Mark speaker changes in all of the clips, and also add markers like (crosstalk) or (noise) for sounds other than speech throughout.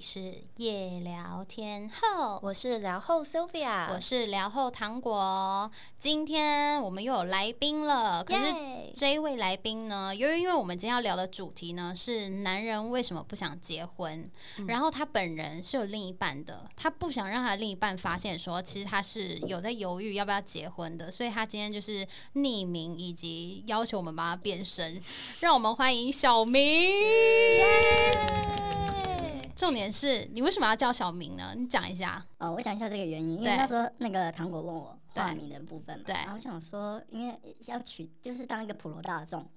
Speaker 1: 是夜聊天后，
Speaker 2: 我是啊聊后 Sylvia，
Speaker 1: 我是聊后糖果。哦今天我们又有来宾了，可是
Speaker 2: 耶
Speaker 1: 这一位来宾呢，由于因为我们今天要聊的主题呢是男人为什么不想结婚，然后他本人是有另一半的，他不想让他的另一半发现说其实他是有在犹豫要不要结婚的，所以他今天就是匿名以及要求我们帮他变身，让我们欢迎小明。重点是你为什么要叫小明呢？你讲一下。
Speaker 3: 哦，我讲一下这个原因，因
Speaker 1: 对
Speaker 3: 为那时候那个糖果问我
Speaker 1: 对
Speaker 3: 化名的部分嘛，
Speaker 1: 对
Speaker 3: 然后我想说，因为要取就是当一个普罗大众，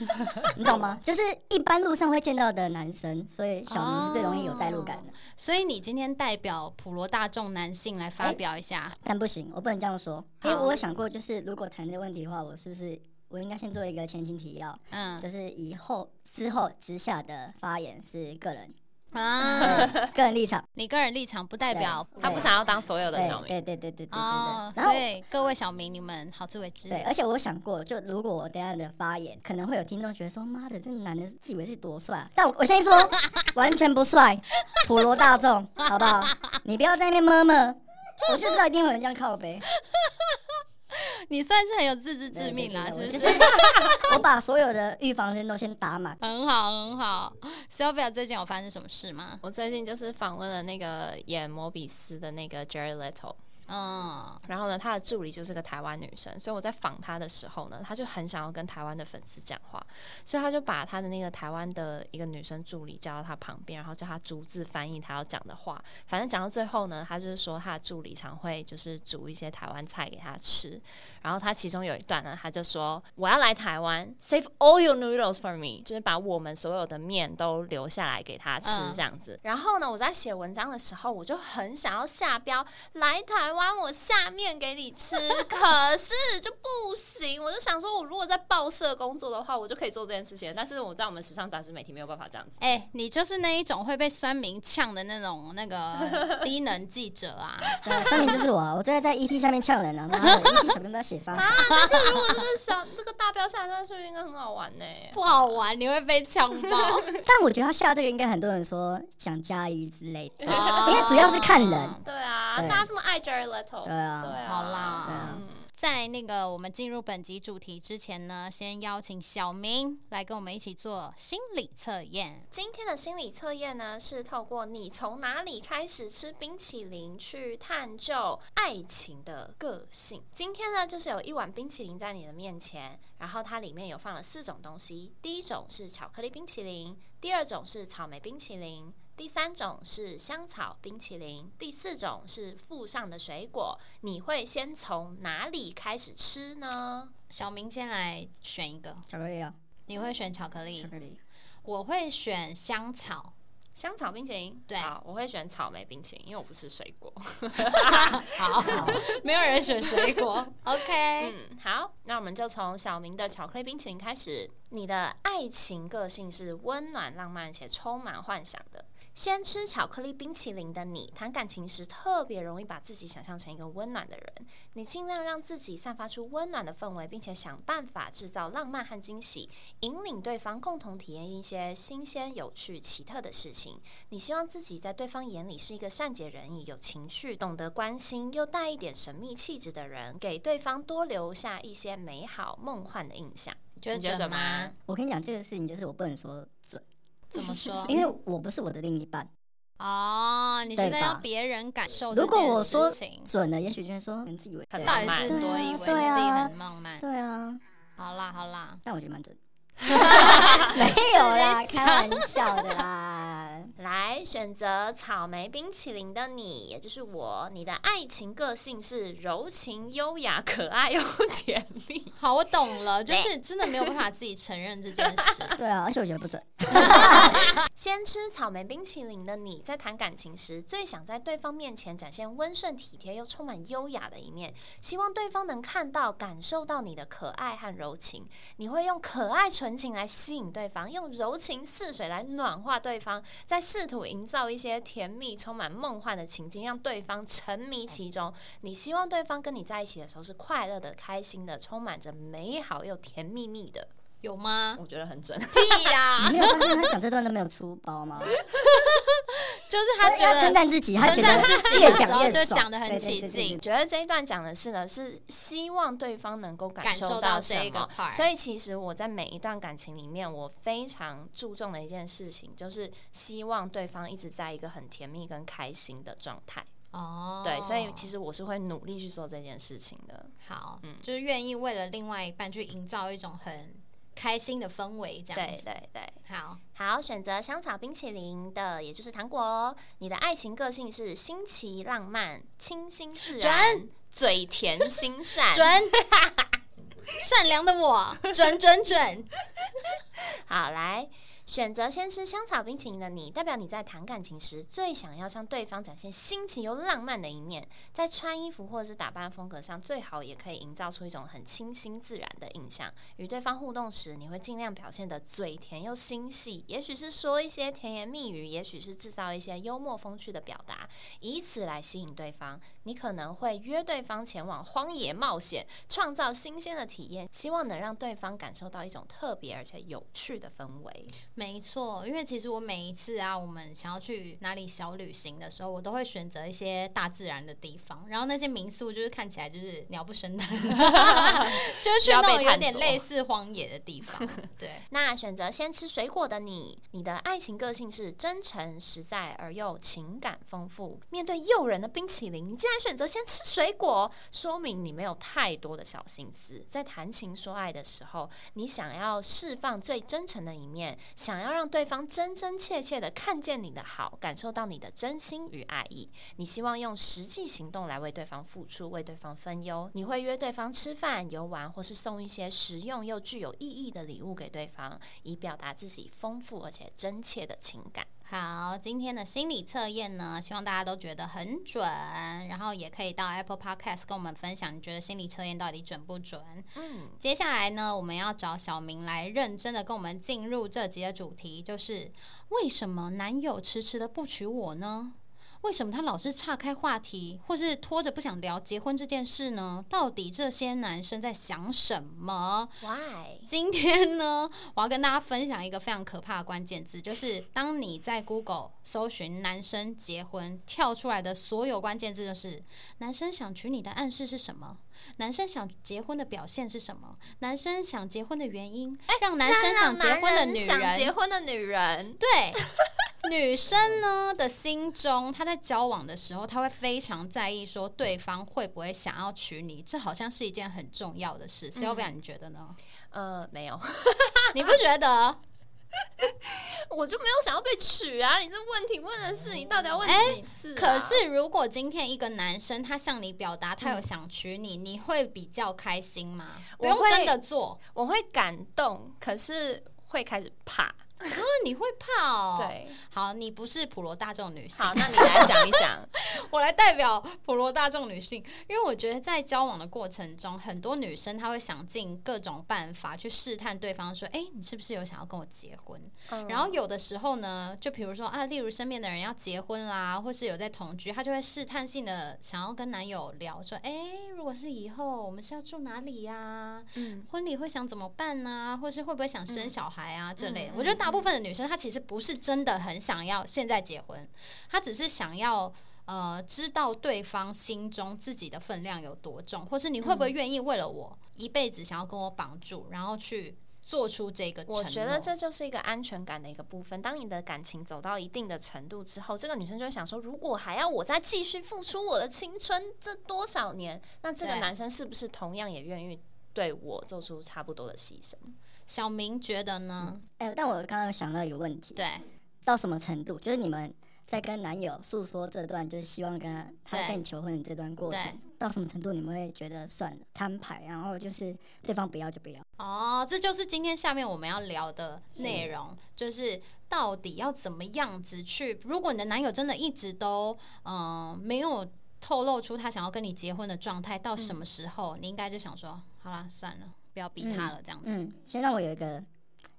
Speaker 3: (laughs) 你懂吗？就是一般路上会见到的男生，所以小明是最容易有代入感的。
Speaker 1: 所以你今天代表普罗大众男性来发表一下，
Speaker 3: 但不行，我不能这样说，因为
Speaker 1: 好
Speaker 3: 我有想过，就是如果谈这个问题的话，我是不是我应该先做一个前情提要，
Speaker 1: 嗯
Speaker 3: 就是以后之后之下的发言是个
Speaker 1: (laughs)
Speaker 3: 人
Speaker 1: 啊，
Speaker 3: 个
Speaker 1: (laughs)
Speaker 3: 人立场，
Speaker 1: 你个人立场不代表
Speaker 3: 对
Speaker 2: 他不想要当所有的
Speaker 3: 对
Speaker 2: 小明，
Speaker 3: 对对对对对对
Speaker 1: 哦
Speaker 3: 对，。然后
Speaker 1: 所以各位小明，你们好自为之。
Speaker 3: 对，而且我想过，就如果我等一下的发言，可能会有听众觉得说：“妈的，这男的自以为是多帅啊！”但我我先说，完全不帅，普罗大众，好不好？你不要在那边摸摸，我就知道一定会有人这样靠背。
Speaker 1: 你算是很有自知之明啦，
Speaker 3: 对
Speaker 1: 是不
Speaker 3: 对对
Speaker 1: 是？
Speaker 3: 我就是 (laughs) 我把所有的预防针都先打满。
Speaker 1: 很好，很好。Sylvia 最近有发生什么事吗？
Speaker 2: 我最近就是访问了那个演摩比斯的那个 Jerry Little，
Speaker 1: 嗯，
Speaker 2: 然后呢，他的助理就是个台湾女生，所以我在访他的时候呢，他就很想要跟台湾的粉丝讲话，所以他就把他的那个台湾的一个女生助理叫到他旁边，然后叫他逐字翻译他要讲的话。反正讲到最后呢，他就是说他的助理常会就是煮一些台湾菜给他吃，然后他其中有一段呢，他就说我要来台湾，save all your noodles for me，就是把我们所有的面都留下来给他吃
Speaker 1: 嗯
Speaker 2: 这样子。然后呢，我在写文章的时候，我就很想要下标来台湾，我下面给你吃，可是就不行。我就想说，我如果在报社工作的话，我就可以做这件事情。但是我在我们时尚杂志媒体没有办法这 (laughs) 样子。
Speaker 1: 哎、你就是那一种会被酸民呛的那种那
Speaker 3: (laughs)
Speaker 1: 个低能记者啊！
Speaker 3: 对上面就是我啊，我最爱在 ET 下面呛人啊！妈的，ET 小兵都要写上
Speaker 2: 啊。！但是如果这个小这个大标下来，是不是应该很好玩呢、
Speaker 1: 不好玩，你会被呛
Speaker 3: (laughs)
Speaker 1: 爆。
Speaker 3: 但我觉得他下这个应该很多人说想加一之类的。
Speaker 1: 因
Speaker 3: 为主要是看人
Speaker 2: 对啊，
Speaker 3: 对
Speaker 2: 大家这么爱 Jerry Little，
Speaker 3: 对啊
Speaker 2: 对啊，
Speaker 1: 好啦
Speaker 2: 嗯，
Speaker 1: 在那个我们进入本集主题之前呢，先邀请小明来跟我们一起做心理测验。
Speaker 2: 今天的心理测验呢，是透过你从哪里开始吃冰淇淋去探究爱情的个性。今天呢，就是有一碗冰淇淋在你的面前，然后它里面有放了四种东西。第一种是巧克力冰淇淋，第二种是草莓冰淇淋。第三种是香草冰淇淋，第四种是附上的水果。你会先从哪里开始吃呢？
Speaker 1: 小明先来选一个，
Speaker 3: 巧克力啊，
Speaker 1: 你会选巧克力，
Speaker 3: 巧克力。
Speaker 1: 我会选香草。
Speaker 2: 香草冰淇淋，
Speaker 1: 对
Speaker 2: 好，我会选草莓冰淇淋，因为我不吃水果。
Speaker 1: 好， (laughs) 没有人选水果。OK，、
Speaker 2: (laughs) 嗯，好，那我们就从小明的巧克力冰淇淋开始。你的爱情个性是温暖、浪漫且充满幻想的。先吃巧克力冰淇淋的你，谈感情时特别容易把自己想象成一个温暖的人。你尽量让自己散发出温暖的氛围，并且想办法制造浪漫和惊喜，引领对方共同体验一些新鲜、有趣、奇特的事情。你希望自己在对方眼里是一个善解人意、有情绪、懂得关心又带一点神秘气质的人，给对方多留下一些美好、梦幻的印象。
Speaker 1: 你觉得
Speaker 2: 你觉得啊
Speaker 1: 准
Speaker 2: 准吗
Speaker 1: 吗？？
Speaker 3: 我跟你讲这个事情，就是我不能说准，
Speaker 1: 怎么说？
Speaker 3: (laughs) 因为我不是我的另一半。
Speaker 1: 哦，你觉得
Speaker 3: 对吧
Speaker 1: 要别人感受这
Speaker 3: 如果
Speaker 1: 件
Speaker 3: 我说
Speaker 1: 事情，
Speaker 3: 准了，也许就会说很自以为
Speaker 2: 很
Speaker 3: 对
Speaker 1: 到
Speaker 2: 浪
Speaker 1: 底是
Speaker 2: 漫
Speaker 1: 多以为你自
Speaker 3: 对啊
Speaker 1: 己很浪漫？
Speaker 3: 对啊，
Speaker 1: 好啦，好啦，
Speaker 3: 但我觉得
Speaker 1: (laughs)
Speaker 3: 蛮准。没有啦，
Speaker 1: 直接讲
Speaker 3: 开玩笑的啦。
Speaker 2: 来选择草莓冰淇淋的你，也就是我，你的爱情个性是柔情、优雅、可爱又甜蜜。
Speaker 1: 好，我懂了，就是真的没有办法自己承认这件事。
Speaker 3: (laughs) 对啊，而且我觉得不准。
Speaker 2: 先吃草莓冰淇淋的你，在谈感情时，最想在对方面前展现温顺、体贴又充满优雅的一面，希望对方能看到、感受到你的可爱和柔情。你会用可爱纯情来吸引对方，用柔情似水来暖化对方，再试图营造一些甜蜜、充满梦幻的情境，让对方沉迷其中。你希望对方跟你在一起的时候是快乐的、开心的，充满着美好又甜蜜蜜的。
Speaker 1: 有
Speaker 2: (laughs)
Speaker 1: 吗？
Speaker 2: 我觉得很准。
Speaker 1: 屁啦！
Speaker 3: 你没有发现他讲这段都没有出包吗？
Speaker 1: (laughs) 就是 (laughs) 他觉
Speaker 3: 要称
Speaker 1: 得
Speaker 3: 赞自己，他觉
Speaker 1: 称赞
Speaker 3: 得
Speaker 1: 自己
Speaker 3: 越
Speaker 1: 的时
Speaker 3: 讲
Speaker 1: 候
Speaker 3: 越
Speaker 1: 就
Speaker 3: 爽，
Speaker 1: 讲得很
Speaker 3: 对对
Speaker 1: 起
Speaker 3: 对对
Speaker 1: 劲
Speaker 2: 我。觉得这一段讲的是呢，是希望对方能够
Speaker 1: 感
Speaker 2: 感
Speaker 1: 受
Speaker 2: 受
Speaker 1: 到
Speaker 2: 什
Speaker 1: 这一个
Speaker 2: 么
Speaker 1: part。
Speaker 2: 所以其实我在每一段感情里面，我非常注重的一件事情，就是希望对方一直在一个很甜蜜跟开心的状态。
Speaker 1: 哦
Speaker 2: 对，所以其实我是会努力去做这件事情的。
Speaker 1: 好，
Speaker 2: 嗯
Speaker 1: 就是愿意为了另外一半去营造一种很开心的氛围，这样
Speaker 2: 对
Speaker 1: 子。
Speaker 2: 对对。
Speaker 1: 好，
Speaker 2: 好，选择香草冰淇淋的，也就是糖果哦。你的爱情个性是新奇、浪漫、清新自然、嘴甜心 (laughs) 善。
Speaker 1: 准， (laughs) 善良的
Speaker 2: (laughs)
Speaker 1: 我，准准准。
Speaker 2: 好，来选择先吃香草冰淇淋的你，代表你在谈感情时最想要向对方展现新奇又浪漫的一面，在穿衣服或者是打扮风格上，最好也可以营造出一种很清新自然的印象。与对方互动时，你会尽量表现的嘴甜又心细，也许是说一些甜言蜜语，也许是制造一些幽默风趣的表达，以此来吸引对方。你可能会约对方前往荒野冒险，创造新鲜的体验，希望能让对方感受到一种特别而且有趣的氛围。
Speaker 1: 没错，因为其实我每一次啊，我们想要去哪里小旅行的时候，我都会选择一些大自然的地方，然后那些民宿就是看起来就是鸟不生
Speaker 2: (laughs)
Speaker 1: 蛋，就是去
Speaker 2: 需要
Speaker 1: 那
Speaker 2: 被
Speaker 1: 种有
Speaker 2: 探
Speaker 1: 点
Speaker 2: 索
Speaker 1: 类似荒野的地
Speaker 2: (laughs)
Speaker 1: 方。对，
Speaker 2: 那选择先吃水果的你，你的爱情个性是真诚、实在而又情感丰富。面对诱人的冰淇淋，你竟然选择先吃水果，说明你没有太多的小心思。在谈情说爱的时候，你想要释放最真诚的一面，想要让对方真真切切的看见你的好，感受到你的真心与爱意。你希望用实际行动来为对方付出，为对方分忧。你会约对方吃饭、游玩，或是送一些实用又具有意义的礼物给对方，以表达自己丰富而且真切的情感。
Speaker 1: 好，今天的心理测验呢，希望大家都觉得很准，然后也可以到 Apple Podcast 跟我们分享，你觉得心理测验到底准不准？
Speaker 2: 嗯，
Speaker 1: 接下来呢，我们要找小明来认真的跟我们进入这集的主题，就是为什么男友迟迟的不娶我呢？为什么他老是岔开话题，或是拖着不想聊结婚这件事呢？到底这些男生在想什么？
Speaker 2: Why？
Speaker 1: 今天呢，我要跟大家分享一个非常可怕的关键字，就是当你在 Google 搜寻“男生结婚”，跳出来的所有关键字就是“男生想娶你的暗示是什么”，“男生想结婚的表现是什么”，“男生想结婚的原因”，让男生想结婚的女
Speaker 2: 哎让男想结
Speaker 1: 人，
Speaker 2: 婚的女人，
Speaker 1: 对。 (laughs) 女生呢的心中，她在交往的时候，她会非常在意说对方会不会想要娶你，这好像是一件很重要的事。Sylvia，、你
Speaker 2: 嗯
Speaker 1: 觉得呢？
Speaker 2: 呃，没有， (laughs)
Speaker 1: 你不觉得？
Speaker 2: 我就没有想要被娶啊！你这问题问的是你到底要问
Speaker 1: 哎
Speaker 2: 几次啊、
Speaker 1: 可是，如果今天一个男生他向你表达他有想娶你，你会比较开心吗？
Speaker 2: 嗯我
Speaker 1: 不用
Speaker 2: 会
Speaker 1: 真的做，
Speaker 2: 我会感动，可是会开始怕。 (laughs)
Speaker 1: 那啊你会怕哦。，
Speaker 2: 对，
Speaker 1: 好，你不是普罗大众女性
Speaker 2: 好，，那你来讲一讲。
Speaker 1: 我来代表普罗大众女性，因为我觉得在交往的过程中，很多女生她会想尽各种办法去试探对方，说：“哎、你是不是有想要跟我结婚？”
Speaker 2: 嗯
Speaker 1: (laughs) 然后有的时候呢，就比如说啊，例如身边的人要结婚啦，或是有在同居，她就会试探性的想要跟男友聊说，哎，如果是以后我们是要住哪里呀、
Speaker 2: 嗯，
Speaker 1: 婚礼会想怎么办呢、或是会不会想生小孩啊、这类的
Speaker 2: 嗯？
Speaker 1: 我觉得大部分的女生她其实不是真的很想要现在结婚，她只是想要。呃，知道对方心中自己的分量有多重，或是你会不
Speaker 2: 嗯
Speaker 1: 会愿意为了我、一辈子想要跟我绑住，然后去做出这个承诺？
Speaker 2: 我觉得这就是一个安全感的一个部分。当你的感情走到一定的程度之后，这个女生就会想说，如果还要我再继续付出我的青春，这多少年？那这个
Speaker 1: 对
Speaker 2: 男生是不是同样也愿意对我做出差不多的牺牲？
Speaker 1: 小明觉得呢？
Speaker 3: 哎、但我刚刚有想到一个问题，
Speaker 1: 对，
Speaker 3: 到什么程度？就是你们在跟男友诉说这段，就是希望跟他他
Speaker 1: 对
Speaker 3: 跟你求婚的这段过
Speaker 1: 对
Speaker 3: 程，到什么程度你们会觉得算了摊牌，然后就是对方不要就不要？
Speaker 1: 哦，这就是今天下面我们要聊的内容，就是到底要怎么样子去？如果你的男友真的一直都嗯、呃没有透露出他想要跟你结婚的状态，到什么时候、你应该就想说，好啦，算了，不要逼他了，这样子，
Speaker 3: 嗯，先让我有一个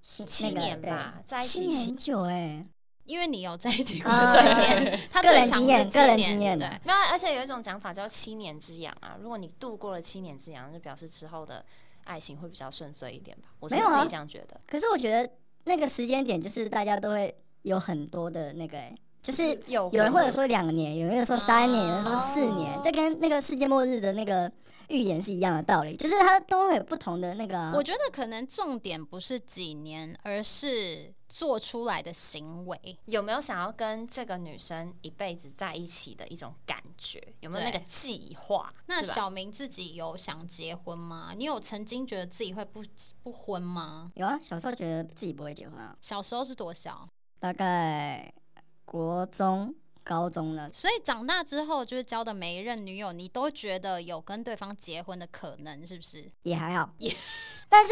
Speaker 3: 新
Speaker 2: 七
Speaker 3: 那
Speaker 2: 年
Speaker 3: 个对
Speaker 2: 吧，在一
Speaker 3: 七
Speaker 2: 起
Speaker 3: 年很久哎、
Speaker 1: 因为你有在一起过
Speaker 3: 啊
Speaker 1: 七
Speaker 3: (laughs)
Speaker 1: 年，他
Speaker 3: 个
Speaker 1: 最
Speaker 3: 人
Speaker 1: 长
Speaker 3: 经
Speaker 1: 是
Speaker 3: 验
Speaker 1: 七
Speaker 3: 个人
Speaker 1: 年
Speaker 3: 经验
Speaker 1: 对
Speaker 3: 啊。
Speaker 2: 没有，而且有一种讲法叫七年之痒啊。如果你度过了七年之痒，就表示之后的爱情会比较顺遂一点吧。我是
Speaker 3: 没有啊
Speaker 2: 自己这样觉得。
Speaker 3: 可是我觉得那个时间点，就是大家都会有很多的那个、欸就是
Speaker 2: 有
Speaker 3: 有人会有说两年，有人会说三年，有人说四年
Speaker 2: 哦，
Speaker 3: 这跟那个世界末日的那个预言是一样的道理，就是它都会有不同的那个啊、
Speaker 1: 我觉得可能重点不是几年，而是做出来的行为。
Speaker 2: 有没有想要跟这个女生一辈子在一起的一种感觉？有没有那
Speaker 1: 对
Speaker 2: 个计划？
Speaker 1: 那
Speaker 2: 是吧
Speaker 1: 小明自己有想结婚吗？你有曾经觉得自己会不不婚吗？
Speaker 3: 有啊，小时候觉得自己不会结婚啊，
Speaker 1: 小时候是多小？
Speaker 3: 大概国中、高中了，
Speaker 1: 所以长大之后，就是交的每一任女友，你都觉得有跟对方结婚的可能，是不是？
Speaker 3: 也还好
Speaker 2: 也，
Speaker 3: (laughs) 但是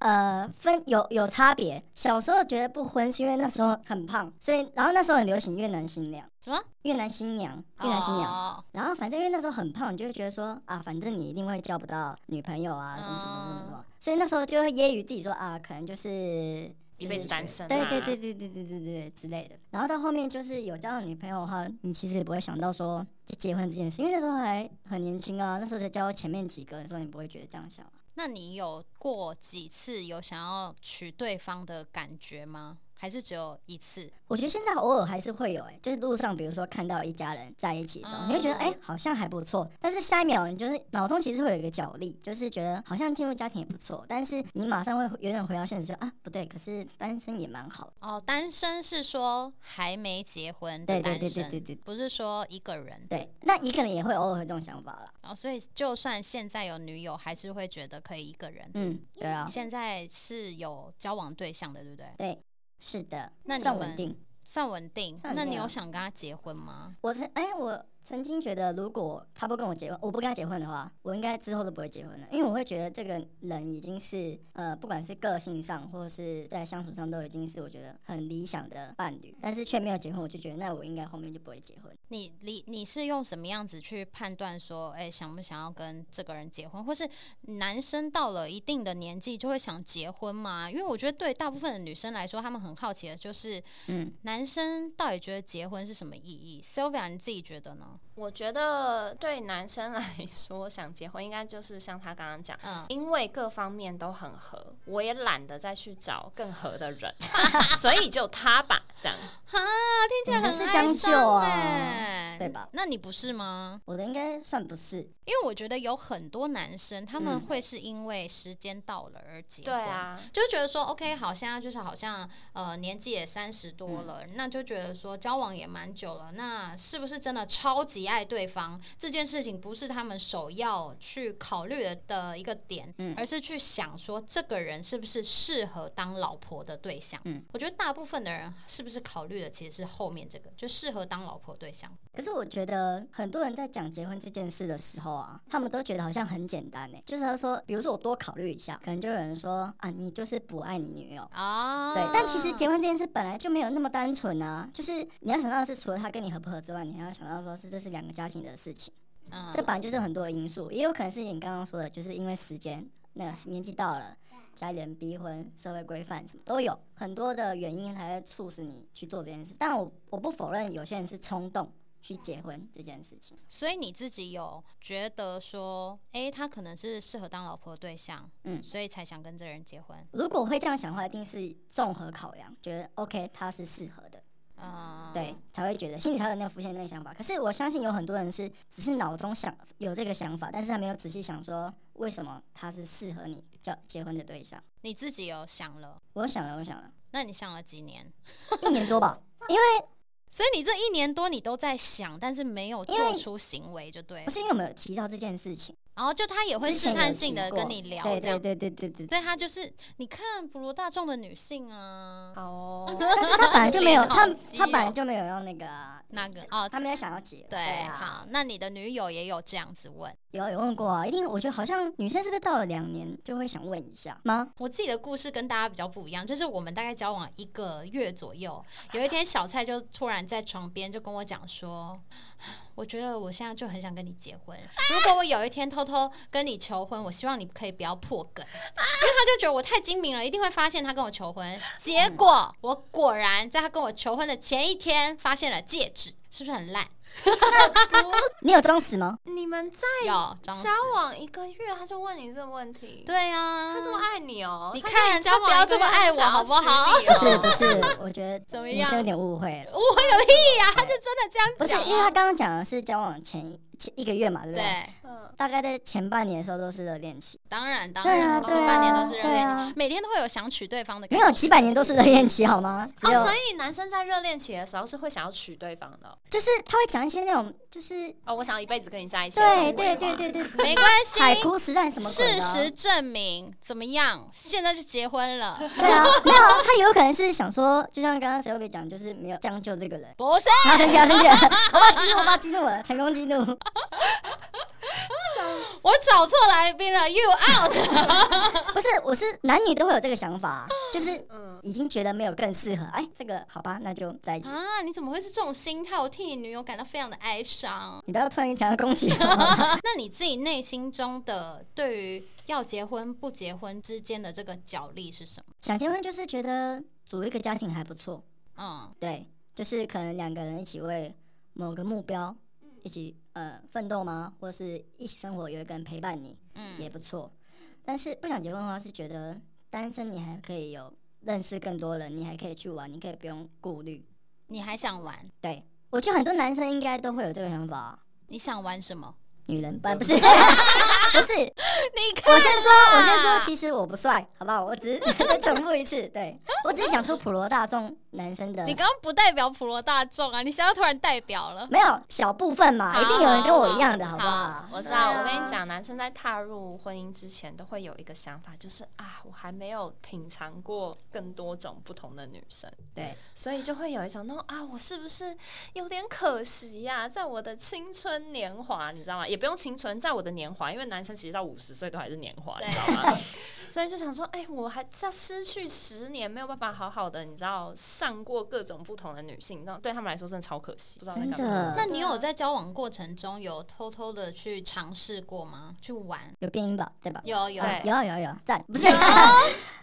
Speaker 3: 呃，分有有差别。小时候觉得不婚是因为那时候很胖，所以然后那时候很流行越南新娘，
Speaker 1: 什么？
Speaker 3: 越南新娘，越南新娘。
Speaker 1: 哦
Speaker 3: 然后反正因为那时候很胖，你就会觉得说啊，反正你一定会交不到女朋友
Speaker 2: 嗯
Speaker 3: 啊，什么什么什么什么，所以那时候就会揶揄自己说啊，可能就是
Speaker 2: 一
Speaker 3: 就是
Speaker 2: 辈子单身啊
Speaker 3: 对对对对对对对对之类的。然后到后面就是有交到女朋友的话，你其实也不会想到说结婚这件事，因为那时候还很年轻啊，那时候才交前面几个，所以你不会觉得这样想啊。
Speaker 1: 那你有过几次有想要娶对方的感觉吗？还是只有一次？
Speaker 3: 我觉得现在偶尔还是会有、欸，就是路上比如说看到一家人在一起的时候，
Speaker 1: 嗯
Speaker 3: 你会觉得哎、欸好像还不错，但是下一秒你就是脑中其实会有一个角力，就是觉得好像进入家庭也不错，但是你马上会有点回到现实，就啊不对，可是单身也蛮好的，
Speaker 1: 哦，单身是说还没结婚
Speaker 3: 对
Speaker 1: 的
Speaker 3: 对
Speaker 1: 单
Speaker 3: 对
Speaker 1: 身，
Speaker 3: 对对对
Speaker 1: 不是说一个人。
Speaker 3: 对，那一个人也会偶尔有这种想法啦，
Speaker 1: 哦，所以就算现在有女友，还是会觉得可以一个人。
Speaker 3: 嗯，对啊，
Speaker 1: 现在是有交往对象的，对不对？
Speaker 3: 是的，
Speaker 1: 那你
Speaker 3: 算
Speaker 1: 们
Speaker 3: 稳定。
Speaker 1: 算稳定。
Speaker 3: 算稳定啊
Speaker 1: 那你有想跟他结婚吗？
Speaker 3: 我曾哎、我曾经觉得，如果他不跟我结婚，我不跟他结婚的话，我应该之后都不会结婚了，因为我会觉得这个人已经是呃，不管是个性上，或者是在相处上，都已经是我觉得很理想的伴侣，但是却没有结婚，我就觉得那我应该后面就不会结婚。
Speaker 1: 你你你是用什么样子去判断说，哎、想不想要跟这个人结婚，或是男生到了一定的年纪就会想结婚吗？因为我觉得对大部分的女生来说，她们很好奇的就是
Speaker 3: 嗯，
Speaker 1: 男生到底觉得结婚是什么意义？Sylvia，你自己觉得呢？
Speaker 2: 我觉得对男生来说，想结婚应该就是像他刚刚讲。
Speaker 1: 嗯，
Speaker 2: 因为各方面都很合，我也懒得再去找更合的人， (laughs) 所以就他吧，这样。
Speaker 1: 哈，听起来
Speaker 3: 你们
Speaker 1: 很
Speaker 3: 是
Speaker 1: 哀
Speaker 3: 将就
Speaker 1: 伤
Speaker 3: 啊
Speaker 1: 欸
Speaker 3: 对吧？
Speaker 1: 那你不是吗？
Speaker 3: 我的应该算不是，
Speaker 1: 因为我觉得有很多男生他们
Speaker 3: 嗯
Speaker 1: 会是因为时间到了而结婚，
Speaker 2: 对啊，
Speaker 1: 就觉得说 OK，好，现在就是好像呃年纪也三十多了，
Speaker 3: 嗯
Speaker 1: 那就觉得说交往也蛮久了，那是不是真的超级爱对方这件事情不是他们首要去考虑的的一个点，
Speaker 3: 嗯
Speaker 1: 而是去想说这个人是不是适合当老婆的对象。
Speaker 3: 嗯
Speaker 1: 我觉得大部分的人是不是考虑的其实是后面这个，就适合当老婆对象。
Speaker 3: 可是我觉得很多人在讲结婚这件事的时候啊，他们都觉得好像很简单呢、欸就是他说，比如说我多考虑一下，可能就有人说啊，你就是不爱你女友。
Speaker 1: 啊，
Speaker 3: 对，但其实结婚这件事本来就没有那么单纯啊，就是你要想到的是除了他跟你合不合之外，你还要想到说是这是两个家庭的事情，
Speaker 1: 嗯
Speaker 3: 这本来就是很多的因素，也有可能是你刚刚说的，就是因为时间，那个年纪到了，家里人逼婚、社会规范什么都有很多的原因才会促使你去做这件事。但我我不否认有些人是冲动去结婚这件事情，
Speaker 1: 所以你自己有觉得说，诶，他可能是适合当老婆的对象，
Speaker 3: 嗯
Speaker 1: 所以才想跟这个人结婚，
Speaker 3: 如果会这样想的话，一定是综合考量，觉得 OK 他是适合的。
Speaker 1: 嗯，
Speaker 3: 对，，才会觉得心里才有那个浮现那个想法。可是我相信有很多人是只是脑中想有这个想法，但是他没有仔细想说为什么他是适合你叫结婚的对象。
Speaker 1: 你自己有想了，
Speaker 3: 我想了，我想了，
Speaker 1: 那你想了几年？
Speaker 3: 一年多吧。
Speaker 1: 所以你这一年多你都在想，但是没有
Speaker 3: 因为
Speaker 1: 做出行为，就对
Speaker 3: 不。是因为我们有提到这件事情，
Speaker 1: 然后就他也会
Speaker 3: 之前
Speaker 1: 试
Speaker 3: 有
Speaker 1: 探性
Speaker 3: 提
Speaker 1: 的
Speaker 3: 过
Speaker 1: 跟你聊，
Speaker 3: 对
Speaker 1: 这样
Speaker 3: 对，对对对对。
Speaker 1: (laughs)
Speaker 3: 对
Speaker 1: 所以他就是你看普罗大众的女性啊，
Speaker 2: 好哦，
Speaker 3: 但是他本来就没有，他
Speaker 1: 脸好急哦
Speaker 3: 他本来就没有要那个、啊，
Speaker 1: 那个哦，
Speaker 3: 他没有想要结。
Speaker 1: 对，
Speaker 3: 啊，
Speaker 1: 好，那你的女友也有这样子问。
Speaker 3: 有有问过啊，一定我觉得好像女生是不是到了两年就会想问一下吗？
Speaker 1: 我自己的故事跟大家比较不一样，就是我们大概交往一个月左
Speaker 3: (laughs)
Speaker 1: 右，有一天小蔡就突然在床边就跟我讲说， (sighs) 我觉得我现在就很想跟你结婚，如果我有一天偷偷跟你求婚，我希望你可以不要破梗，因为他就觉得我太精明了，一定会发现他跟我求
Speaker 3: 嗯
Speaker 1: 婚。结果我果然在他跟我求婚的前一天发现了戒指，是不是很烂？
Speaker 3: 你有有装死吗？
Speaker 2: 你们在
Speaker 3: 哎
Speaker 1: 要装死
Speaker 2: 交往一个月，他就问你这个问题，
Speaker 1: 对啊，
Speaker 2: 他这么爱你哦，
Speaker 1: 你
Speaker 2: 他
Speaker 1: 看
Speaker 2: 跟交往
Speaker 1: 他不要
Speaker 2: 一个
Speaker 1: 这么
Speaker 2: 月
Speaker 1: 爱
Speaker 2: 就
Speaker 1: 我
Speaker 2: 想
Speaker 1: 好
Speaker 2: 要
Speaker 1: 不
Speaker 2: 娶
Speaker 1: 好
Speaker 2: 你
Speaker 3: 不是
Speaker 2: 哦
Speaker 3: 不是，我觉得
Speaker 1: (laughs) 怎么
Speaker 3: 你是有
Speaker 1: 样
Speaker 3: 点误会
Speaker 1: (laughs)
Speaker 3: 了。
Speaker 1: 我有屁呀、他就真的这样
Speaker 3: 不是，
Speaker 1: 讲、啊，
Speaker 3: 因为他刚刚讲的是交往前一前一个月嘛，对不对？
Speaker 1: 对， (laughs)
Speaker 2: 嗯，
Speaker 3: 大概在前半年的时候都是热恋期，
Speaker 1: 当然当
Speaker 3: 对
Speaker 1: 然，
Speaker 3: 啊，
Speaker 1: 这
Speaker 3: 对
Speaker 1: 半年
Speaker 3: 啊，
Speaker 1: 都是热
Speaker 3: 对
Speaker 1: 恋期，
Speaker 3: 啊，
Speaker 1: 每天都会有想娶对方的
Speaker 3: 没
Speaker 1: 感觉。
Speaker 3: 有几百年都是热恋期好吗？只有
Speaker 2: 哦，所以男生在热恋期的时候是会想要娶对方的哦
Speaker 3: 就是他会讲一些那种，就是
Speaker 2: 哦，我想要一辈子跟你在一起的这种
Speaker 3: 对
Speaker 2: 鬼话。
Speaker 3: 对对对对，
Speaker 1: 没关系，
Speaker 3: 海枯石烂什么鬼
Speaker 1: 事
Speaker 3: 的啊？
Speaker 1: 实证明怎么样？现在就结婚了， (laughs)
Speaker 3: 对啊，没有啊，他有可能是想说，就像刚刚谁会讲，就是没有将就这个人。
Speaker 1: 不是？
Speaker 3: 他生气，他生气 (laughs) 了，我爸激怒，我爸激怒了，成功激怒。
Speaker 1: 我找错来宾了，You out。
Speaker 3: (laughs) 不是，我是男女都会有这个想法、啊就是
Speaker 2: 嗯，
Speaker 3: 已经觉得没有更适合，哎，这个好吧，那就在一起。
Speaker 1: 啊，你怎么会是这种心态？我替你女友感到非常的哀
Speaker 3: (laughs)
Speaker 1: 伤。
Speaker 3: 你不要突然想要攻击我，
Speaker 1: 那你自己内心中的对于要结婚不结婚之间的这个角力是什么？
Speaker 3: 想结婚就是觉得组一个家庭还不错，
Speaker 1: 嗯，
Speaker 3: 对，就是可能两个人一起为某个目标一起呃奋斗吗？或是一起生活，有一个人陪伴你，
Speaker 1: 嗯
Speaker 3: 也不错。但是不想结婚的话，是觉得单身你还可以有认识更多人，你还可以去玩，你可以不用顾虑。
Speaker 1: 你还想玩？
Speaker 3: 对我觉得很多男生应该都会有这个想法啊，
Speaker 1: 你想玩什
Speaker 3: (laughs)
Speaker 1: 么？
Speaker 3: 女人不不是不是，
Speaker 1: 你看，
Speaker 3: 我先说我先说，
Speaker 1: 说，
Speaker 3: 其实我不帅，好不好？我只是 (laughs) 再重复一次，对我只是想出普罗大众男生的
Speaker 1: 你。刚刚不代表普罗大众啊，你现在突然代表了。
Speaker 3: 没有小部分嘛，
Speaker 1: 好
Speaker 3: 一定有人跟我一样的，好不
Speaker 1: 哦好
Speaker 3: 好？
Speaker 2: 我知道，
Speaker 3: 对啊
Speaker 2: 我跟你，讲，男生在踏入婚姻之前都会有一个想法，就是啊，我还没有品尝过更多种不同的女生，
Speaker 3: 对，
Speaker 2: 所以就会有一种那种啊，我是不是有点可惜呀、在我的青春年华，你知道吗？也不用青春，在我的年华，因为男生其实到五十岁都还是年华，你知道吗？ (laughs) 所以就想说，哎、我还要失去十年，没有办法好好的，你知道，上过各种不同的女性，那对他们来说真的超可惜，不知道在干
Speaker 3: 真
Speaker 2: 嘛
Speaker 3: 的。
Speaker 1: 那你有
Speaker 2: 对啊
Speaker 1: 在交往过程中有偷偷的去尝试过吗？去玩？
Speaker 3: 有变音吧，对吧？啊
Speaker 1: 有有，
Speaker 2: 对
Speaker 3: 有有有，赞！不是， (laughs)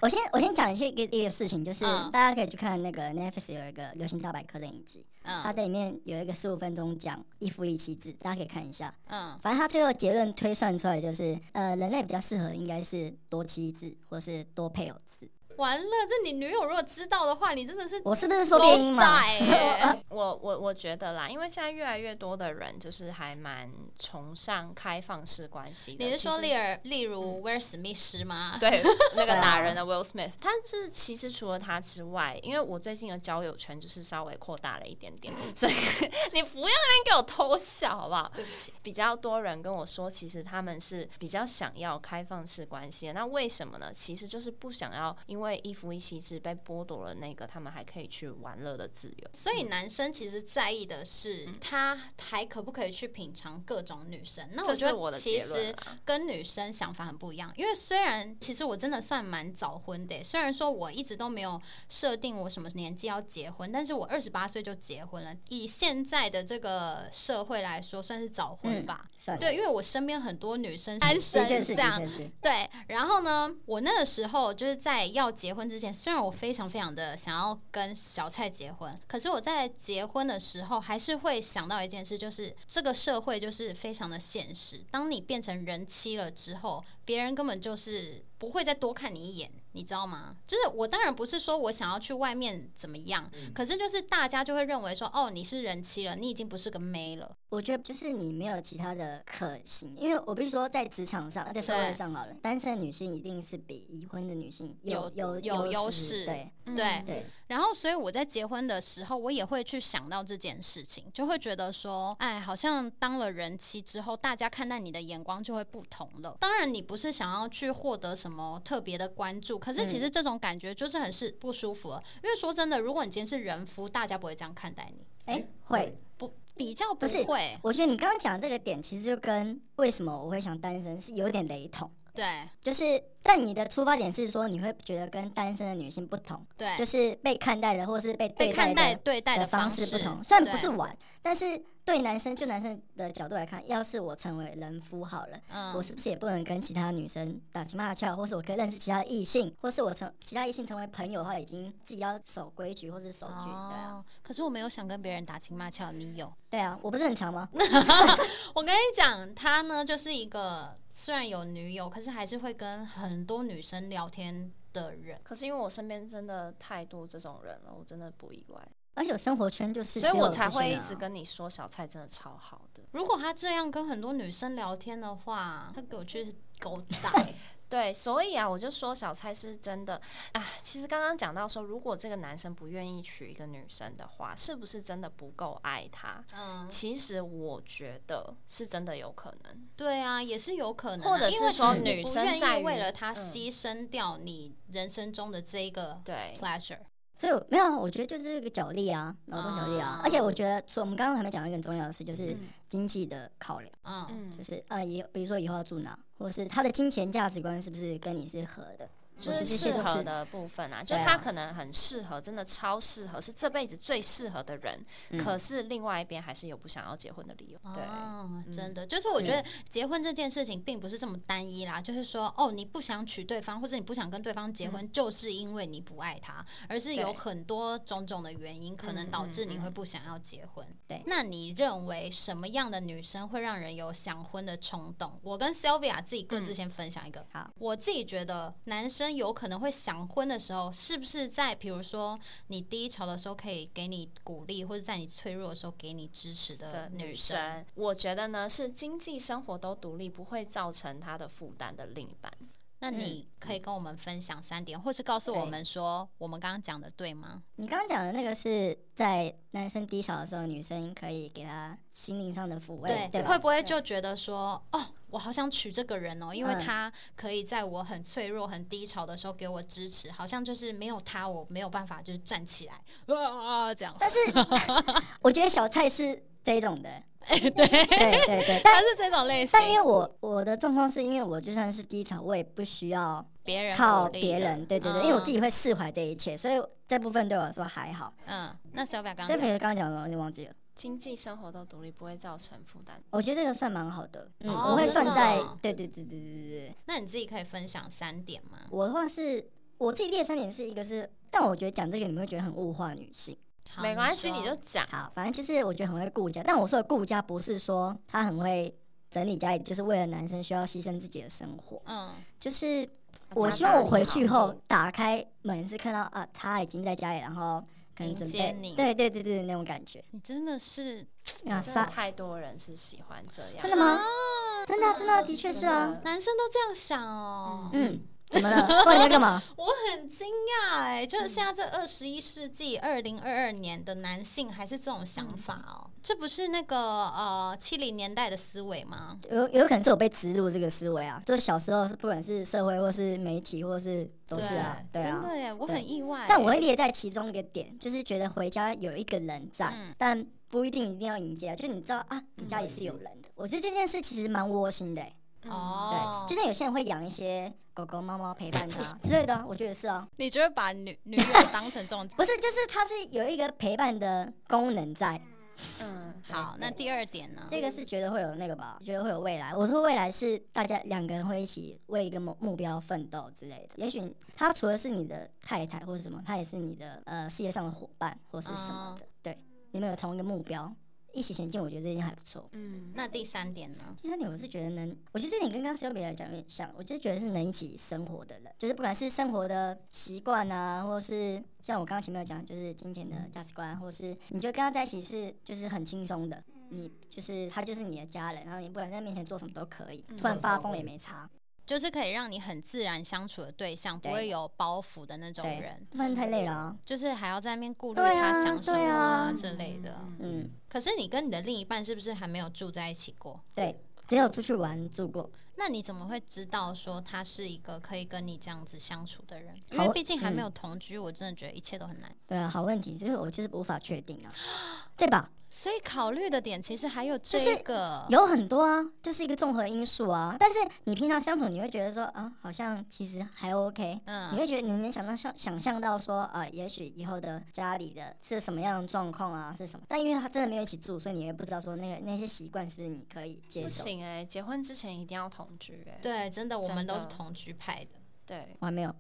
Speaker 3: 我先我先讲一些一个一个事情，就是
Speaker 1: 嗯
Speaker 3: 大家可以去看那个 Netflix 有一个《流行大百科》的影集，
Speaker 2: 啊
Speaker 3: 它
Speaker 1: 嗯
Speaker 3: 在里面有一个十五分钟讲一夫一妻制，大家可以看一下。
Speaker 1: 嗯
Speaker 3: 反正他最后结论推算出来就是，呃，人类比较适合应该是多妻制或是多配偶制。
Speaker 1: 完了，这你女友如果知道的话，你真的是欸
Speaker 3: 我是不是说变音嘛？
Speaker 2: (laughs)
Speaker 1: 嘛？
Speaker 2: 我我我觉得啦，因为现在越来越多的人就是还蛮崇尚开放式关系的。
Speaker 1: 你是说
Speaker 2: 其
Speaker 1: 例
Speaker 2: 实嗯
Speaker 1: 如例如威尔史密斯
Speaker 2: (laughs)
Speaker 1: 吗？
Speaker 2: 对那个
Speaker 3: 对啊
Speaker 2: 打人的 Will Smith，但是其实除了他之外，因为我最近的交友圈就是稍微扩大了一点点， (laughs) 所以你不要那边给我偷笑好不好？
Speaker 1: 对不起，
Speaker 2: 比较多人跟我说，其实他们是比较想要开放式关系的。那为什么呢？其实就是不想要因为一夫一妻制被剥夺了那个他们还可以去玩乐的自由。
Speaker 1: 所以男生其实在意的是
Speaker 2: 嗯
Speaker 1: 他还可不可以去品尝各种女生。那
Speaker 2: 这
Speaker 1: 觉
Speaker 2: 是我
Speaker 1: 得
Speaker 2: 的
Speaker 1: 其
Speaker 2: 结论啊
Speaker 1: 实
Speaker 2: 啦。
Speaker 1: 跟女生想法很不一样，因为虽然其实我真的算蛮早婚的耶，虽然说我一直都没有设定我什么年纪要结婚，但是我二十八岁就结婚了。以现在的这个社会来说，算是早婚
Speaker 3: 嗯
Speaker 1: 吧。，
Speaker 3: 算了，
Speaker 1: 对，因为我身边很多女生单身
Speaker 3: 的确
Speaker 1: 这
Speaker 3: 是，
Speaker 1: 样
Speaker 3: 的，确是。
Speaker 1: 对，然后呢，我那个时候就是在要结婚之前，虽然我非常非常的想要跟小蔡结婚，可是我在结婚的时候还是会想到一件事，就是这个社会就是非常的现实。当你变成人妻了之后，别人根本就是不会再多看你一眼。你知道吗？就是我当然不是说我想要去外面怎么样，可是就是大家就会认为说，哦，你是人妻了，你已经不是个妹了。
Speaker 3: 我觉得就是你没有其他的可行，因为我必须说，在职场上，在社会上好了，单身的女性一定是比已婚的女性有
Speaker 1: 有有
Speaker 3: 有
Speaker 1: 优势哎
Speaker 3: 势，对
Speaker 1: 对
Speaker 2: 嗯
Speaker 3: 对，哎
Speaker 1: 然后，所以我在结婚的时候，我也会去想到这件事情，就会觉得说，哎，好像当了人妻之后，大家看待你的眼光就会不同了。当然，你不是想要去获得什么特别的关注，可是其
Speaker 3: 嗯
Speaker 1: 实这种感觉就是很是不舒服了。因为说真的，如果你今天是人夫，大家不会这样看待你，
Speaker 3: 哎，会。
Speaker 1: 不比较不
Speaker 3: 不是
Speaker 1: 会。
Speaker 3: 我觉得你刚刚讲这个点，其实就跟为什么我会想单身是有点雷同，
Speaker 1: 对
Speaker 3: 就是但你的出发点是说你会觉得跟单身的女性不同，就
Speaker 1: 对，
Speaker 3: 是被看待的或是被
Speaker 1: 被
Speaker 3: 对
Speaker 1: 看待
Speaker 3: 待的
Speaker 1: 对待
Speaker 3: 的
Speaker 1: 方
Speaker 3: 式不同。虽
Speaker 1: 对
Speaker 3: 然不是玩，但是对男生就男生的角度来看，要是我成为人夫好了。我
Speaker 1: 嗯，
Speaker 3: 是不是也不能跟其他女生打情骂俏，或是我可以认识其他异性，或是我成其他异性成为朋友的话，已经自己要守规矩或是守矩，
Speaker 2: 哦
Speaker 3: 对啊，
Speaker 1: 哦，可是我没有想跟别人打情骂俏，你有？
Speaker 3: 对啊，我不是很长吗？
Speaker 1: 我跟讲，他呢就是一个虽然有女友，可是还是会跟很多女生聊天的人。
Speaker 2: 可是因为我身边真的太多这种人了，我真的不意外，
Speaker 3: 而且我生活圈就是，
Speaker 2: 所以我才
Speaker 3: 啊
Speaker 2: 会一直。跟你说小蔡真的超好的。
Speaker 1: 如果他这样跟很多女生聊天的话，他给我去狗
Speaker 2: (laughs)
Speaker 1: 打、
Speaker 2: 对，所以啊，我就说小蔡是真的啊。其实刚刚讲到说，如果这个男生不愿意娶一个女生的话，是不是真的不够爱她？
Speaker 1: 嗯，
Speaker 2: 其实我觉得是真的有可能。
Speaker 1: 对啊，也是有可能啊、
Speaker 2: 或者是
Speaker 1: 因为啊
Speaker 2: 说
Speaker 1: 你
Speaker 2: 女
Speaker 1: 不
Speaker 2: 生
Speaker 1: 愿
Speaker 2: 在
Speaker 1: 意
Speaker 2: 于
Speaker 1: 为了他
Speaker 2: 嗯
Speaker 1: 牺牲掉你人生中的这一个
Speaker 2: 对，
Speaker 1: pleasure。
Speaker 3: 所以我没有啊，我觉得就是这个角力啊，劳动角力啊
Speaker 1: 啊。
Speaker 3: 而且我觉得，除我们刚刚还没讲到一个很重要的事，就是
Speaker 2: 哦嗯
Speaker 3: 经济的考量，
Speaker 1: 嗯，
Speaker 2: 嗯
Speaker 3: 就，是啊，以比如说以后要住哪，或是他的金钱价值观是不是跟你是合的。
Speaker 2: 就
Speaker 3: 我
Speaker 2: 是
Speaker 3: 觉得这些
Speaker 2: 适
Speaker 3: 都
Speaker 2: 合
Speaker 3: 是
Speaker 2: 的部分啊，就
Speaker 3: 对啊
Speaker 2: 他可能很适合，真的超适合，是这辈子最适合的人。
Speaker 3: 嗯
Speaker 2: 可是另外一边还是有不想要结婚的理由。对，
Speaker 1: 哦
Speaker 2: 嗯
Speaker 1: 真的，就是我觉得结婚这件事情并不是这么单一啦，就是说，哦，你不想娶对方，或者你不想跟对方结婚，就是因为你不爱他，而是有
Speaker 2: 嗯对嗯
Speaker 1: 很多种种的原因，可能导致你会不想要结婚。
Speaker 3: 对
Speaker 1: 那你认为什么样的女生会让人有想婚的冲动？我跟 Sylvia 自己各自
Speaker 2: 嗯
Speaker 1: 先分享一个。
Speaker 3: 好，
Speaker 1: 我自己觉得男生有可能会想婚的时候，是不是在比如说你低潮的时候可以给你鼓励，或者在你脆弱的时候给你支持
Speaker 2: 的
Speaker 1: 的
Speaker 2: 女
Speaker 1: 女生？
Speaker 2: 生，我觉得呢是经济生活都独立，不会造成她的负担的另一半。
Speaker 1: 那你可以跟我们分享三点，或是告诉我们说我们刚刚讲的对吗？
Speaker 3: 你刚刚讲的那个是在男生低潮的时候，女生可以给他心灵上的抚慰，对
Speaker 1: 会
Speaker 3: 吧？
Speaker 1: 不会就觉得说，哦，我好想娶这个人哦，因为
Speaker 3: 嗯
Speaker 1: 他可以在我很脆弱、很低潮的时候给我支持，好像就是没有他，我没有办法就是站起来啊这样。
Speaker 3: 但
Speaker 1: (laughs)
Speaker 3: 是我觉得小蔡是这种的，
Speaker 1: 哎， (laughs) 对，
Speaker 3: 对对对，
Speaker 1: 他
Speaker 3: 但
Speaker 1: 是这种类型
Speaker 3: 但，因为我我的状况是因为我就算是低潮，我也不需要
Speaker 1: 别人
Speaker 3: 靠
Speaker 1: 鼓励
Speaker 3: 别
Speaker 1: 的
Speaker 3: 人，对对对，因为我
Speaker 1: 嗯
Speaker 3: 自，己会释怀这一切，所以这部分对我来说还好。
Speaker 1: 嗯，那小表刚
Speaker 3: 所
Speaker 1: 刚
Speaker 3: 以，比如刚刚讲的，我就忘记了。
Speaker 2: 经济生活都独立，不会造成负担。
Speaker 3: 我觉得这个算蛮好的，嗯，
Speaker 1: 哦
Speaker 3: 我会
Speaker 1: 真的
Speaker 3: 算在
Speaker 1: 哦，
Speaker 3: 对对对对对对对。
Speaker 1: 那你自己可以分享三点吗？
Speaker 3: 我的话是，我自己列三点是一个是，但我觉得讲这个你们会觉得很物化女性。
Speaker 1: 好
Speaker 2: 没关系，
Speaker 1: 说
Speaker 2: 你就讲。
Speaker 3: 好，反正就是我觉得很会顾家，但我说的顾家不是说她很会整理家里，就是为了男生需要牺牲自己的生活，
Speaker 1: 嗯
Speaker 3: 就是
Speaker 2: 把
Speaker 3: 我
Speaker 2: 家
Speaker 3: 希望
Speaker 2: 打
Speaker 3: 我
Speaker 2: 理
Speaker 3: 回
Speaker 2: 好
Speaker 3: 去后打开门是看到啊，他已经在家里，然后可能
Speaker 1: 迎
Speaker 3: 准
Speaker 1: 接
Speaker 3: 备
Speaker 1: 你，
Speaker 3: 对对对对，那种感觉
Speaker 1: 你真的是
Speaker 3: 啊，
Speaker 2: 真的
Speaker 3: 杀
Speaker 2: 太多人是喜欢这样，
Speaker 3: 真的吗？
Speaker 1: 啊
Speaker 3: 真的啊真的啊的确是啊，
Speaker 1: 男生都这样想哦，
Speaker 3: 嗯，怎么了？不然你要干嘛？
Speaker 1: 我很惊讶哎，就是现在这二十一世纪二零二二年的男性还是这种想法哦，这不是那个呃七零年代的思维吗？
Speaker 3: 有有可能是我被植入这个思维啊，就是小时候不管是社会或是媒体或是都是啊，对
Speaker 1: 真
Speaker 3: 啊。
Speaker 1: 的耶，我
Speaker 3: 对
Speaker 1: 很意外。
Speaker 3: 但我会列在其中一个点，就是觉得回家有一个人在，
Speaker 1: 嗯
Speaker 3: 但不一定一定要迎接啊，就是你知道啊，你家里是有人的。我觉得这件事其实蛮窝心的、欸，
Speaker 2: 嗯
Speaker 3: 嗯对，
Speaker 1: 嗯哦，
Speaker 3: 就像有些人会养一些狗狗、猫猫陪伴
Speaker 1: (laughs)
Speaker 3: 他之类的啊、我觉得是啊，
Speaker 1: 你觉得把女 (laughs) 女友当成这
Speaker 3: (laughs)
Speaker 1: 种
Speaker 3: 不是，就是它是有一个陪伴的功能在，
Speaker 2: 嗯，
Speaker 1: 好？那第二点呢？
Speaker 3: 这个是觉得会有那个吧，觉得会有未来。我说未来是大家两个人会一起为一个目目标奋斗之类的。也许他除了是你的太太或者什么，他也是你的呃事业上的伙伴或是什
Speaker 1: 哦
Speaker 3: 么的。
Speaker 1: 嗯
Speaker 3: 对，你们有同一个目标，一起前进，我觉得这件还不错。
Speaker 2: 嗯，
Speaker 1: 那第三点呢？
Speaker 3: 第三点，我是觉得能，我觉得这点跟刚刚 Sylvia 讲有点像，我就是觉得是能一起生活的人，就是不管是生活的习惯啊，或是像我刚刚前面有讲，就是金钱的价值观，或是你就跟他在一起是就是很轻松的，你就是他就是你的家人，然后你不管在他面前做什么都可以，突然发疯也没差，
Speaker 1: 就是可以让你很自然相处的对象，不
Speaker 3: 对
Speaker 1: 会有包袱的那种
Speaker 3: 对
Speaker 1: 人，
Speaker 3: 不然太累了、啊。
Speaker 1: 就是还要在那边顾虑
Speaker 3: 对啊
Speaker 1: 他想什么
Speaker 3: 对啊
Speaker 1: 之类的。
Speaker 3: 嗯，
Speaker 1: 可是你跟你的另一半是不是还没有住在一起过？
Speaker 3: 对，只有出去玩住过，
Speaker 1: 那你怎么会知道说他是一个可以跟你这样子相处的人？因
Speaker 3: 好嗯
Speaker 1: 为毕竟还没有同居，我真的觉得一切都很难。
Speaker 3: 对啊，好问题，就是我就是无法确定啊，对吧？
Speaker 1: 所以考虑的点其实还有这
Speaker 3: 就是
Speaker 1: 一个，
Speaker 3: 有很多啊，就是一个综合因素啊。但是你平常相处，你会觉得说啊，好像其实还 OK，你
Speaker 1: 嗯
Speaker 3: 会觉得你能想到想想象到说啊、呃也许以后的家里的是什么样的状况啊，是什么？但因为他真的没有一起住，所以你也不知道说那个那些习惯是不是你可以接
Speaker 2: 不
Speaker 3: 受。
Speaker 2: 行哎、结婚之前一定要同居哎、
Speaker 1: 对，真的我们
Speaker 2: 真的
Speaker 1: 都是同居派的。
Speaker 2: 对，
Speaker 3: 我还没有，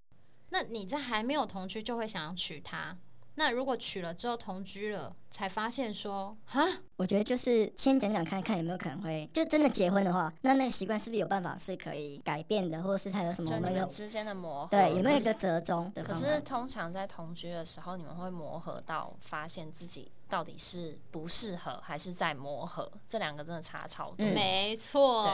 Speaker 1: 那你在还没有同居就会想要娶她，那如果娶了之后同居了，才发现说，哈，
Speaker 3: 我觉得就是先讲讲看看有没有可能会，就真的结婚的话，那那个习惯是不是有办法是可以改变的，或者是它有什么
Speaker 2: 就
Speaker 3: 我
Speaker 2: 你
Speaker 3: 们有
Speaker 2: 们之间的磨合，
Speaker 3: 对有没有
Speaker 2: 可
Speaker 3: 一
Speaker 2: 是
Speaker 3: 个折中的
Speaker 2: 可
Speaker 3: 方
Speaker 2: 是
Speaker 3: 法？
Speaker 2: 通常在同居的时候，你们会磨合到发现自己到底是不适合，还是在磨合，这两个真的差超多。
Speaker 3: 嗯
Speaker 1: 没错，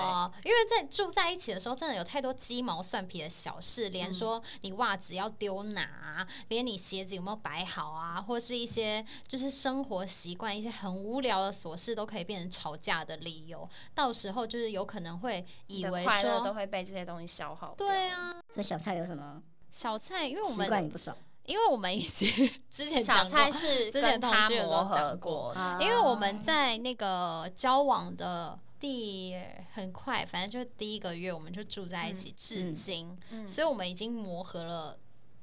Speaker 1: 因为在住在一起的时候，真的有太多鸡毛蒜皮的小事，
Speaker 2: 嗯
Speaker 1: 连说你袜子要丢哪，连你鞋子有没有摆好啊，或是一些就是生活习惯一些很无聊的琐事，都可以变成吵架的理由。到时候就是有可能会
Speaker 2: 你
Speaker 1: 以
Speaker 2: 的
Speaker 1: 为
Speaker 2: 快乐都
Speaker 1: 说，
Speaker 2: 会被这些东西消耗掉。
Speaker 1: 对，啊，
Speaker 3: 所以小蔡有什么
Speaker 1: 小菜，因为我
Speaker 3: 习惯你
Speaker 1: 们
Speaker 3: 不爽？
Speaker 1: 因为我们以前之前
Speaker 2: 小嗯
Speaker 1: 讲过
Speaker 2: 蔡是
Speaker 1: 之前
Speaker 2: 跟
Speaker 1: 同
Speaker 2: 他
Speaker 1: 居的时候
Speaker 2: 磨合
Speaker 1: 讲
Speaker 2: 过
Speaker 1: 过啊哦
Speaker 2: 的，
Speaker 1: 因为我们在那个交往的第很快，反正就是第一个月我们就住在一起，至今，
Speaker 2: 嗯
Speaker 1: 所以我们已经磨合了。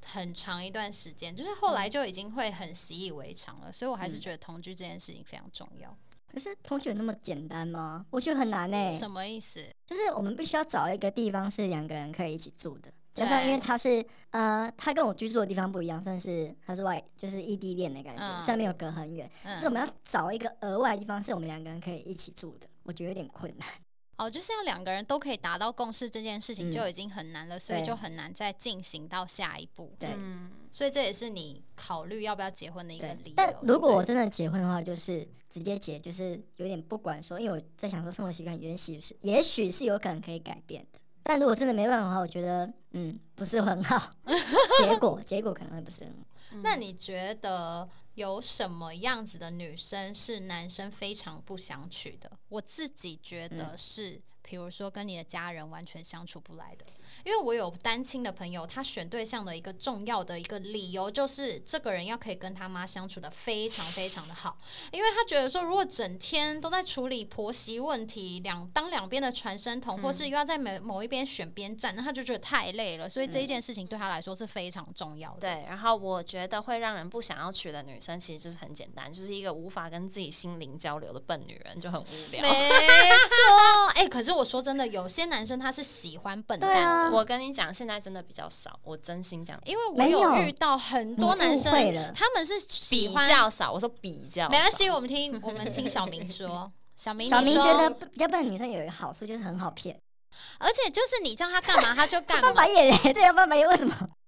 Speaker 1: 很长一段时间，就是后
Speaker 3: 嗯
Speaker 1: 来就已经会很习以为常了，所以我还是觉得同居这件事情非常重要。
Speaker 3: 可是同学有那么简单吗？我觉得很难诶、
Speaker 1: 什么意思？
Speaker 3: 就是我们必须要找一个地方是两个人可以一起住的。加上
Speaker 1: 对
Speaker 3: 因为他是呃，他跟我居住的地方不一样，算是他是外就是异地恋的感觉，
Speaker 1: 嗯
Speaker 3: 虽然没有隔很远，但是我
Speaker 1: 嗯，
Speaker 3: 们要找一个额外的地方是我们两个人可以一起住的，我觉得有点困难。
Speaker 1: 哦，就是要两个人都可以达到共识这件事情
Speaker 3: 嗯
Speaker 1: 就已经很难了，所以
Speaker 3: 对
Speaker 1: 就很难再进行到下一步。
Speaker 3: 对
Speaker 2: 嗯，
Speaker 1: 所以这也是你考虑要不要结婚的一个
Speaker 3: 对
Speaker 1: 理由。，
Speaker 3: 但
Speaker 1: 对
Speaker 3: 如
Speaker 1: 不
Speaker 3: 果我
Speaker 1: 对
Speaker 3: 真的结婚的话，就是直接结，就是有点不管说，因为我在想说生活习惯，也许是也许是有可能可以改变的。但如果真的没办法的话，我觉得嗯不是很
Speaker 1: (laughs)
Speaker 3: 好，结果结果可能会不是很好。
Speaker 2: 嗯
Speaker 1: 那你觉得有什么样子的女生是男生非常不想娶的？我自己觉得是，比如说跟你的家人完全相处不来的。因为我有单亲的朋友，他选对象的一个重要的一个理由就是，这个人要可以跟他妈相处的非常非常的好，因为他觉得说，如果整天都在处理婆媳问题，两当两边的传声筒，或是又要在某某一边选边站，那他就觉得太累了，所以这一件事情对他来说是非常重要的。
Speaker 2: 对，然后我觉得会让人不想要娶的女生，其实就是很简单，就是一个无法跟自己心灵交流的笨女人，就很无聊。
Speaker 1: 没错，哎、可是我说真的，有些男生他是喜欢笨蛋
Speaker 3: 对
Speaker 1: 的，
Speaker 3: 啊，
Speaker 2: 我跟你讲，现在真的比较少，我真心讲，
Speaker 1: 因为我
Speaker 3: 没有
Speaker 1: 有遇到很 (laughs) 多
Speaker 3: 你
Speaker 1: 男
Speaker 3: 误会
Speaker 1: 生
Speaker 3: 了，
Speaker 1: 他们是喜
Speaker 2: 比
Speaker 1: 欢，
Speaker 2: 较少。我说比较少，
Speaker 1: 没关系，我们听我们听小明说。小明，
Speaker 3: 小
Speaker 1: 你
Speaker 3: 明
Speaker 1: 说
Speaker 3: 觉得，比较笨的女生有一个好处就是很好骗，
Speaker 1: 而且就是你叫他干嘛，他就干
Speaker 3: 翻
Speaker 1: 嘛
Speaker 3: 白。眼嘞，对啊，翻白眼为什么？ (laughs)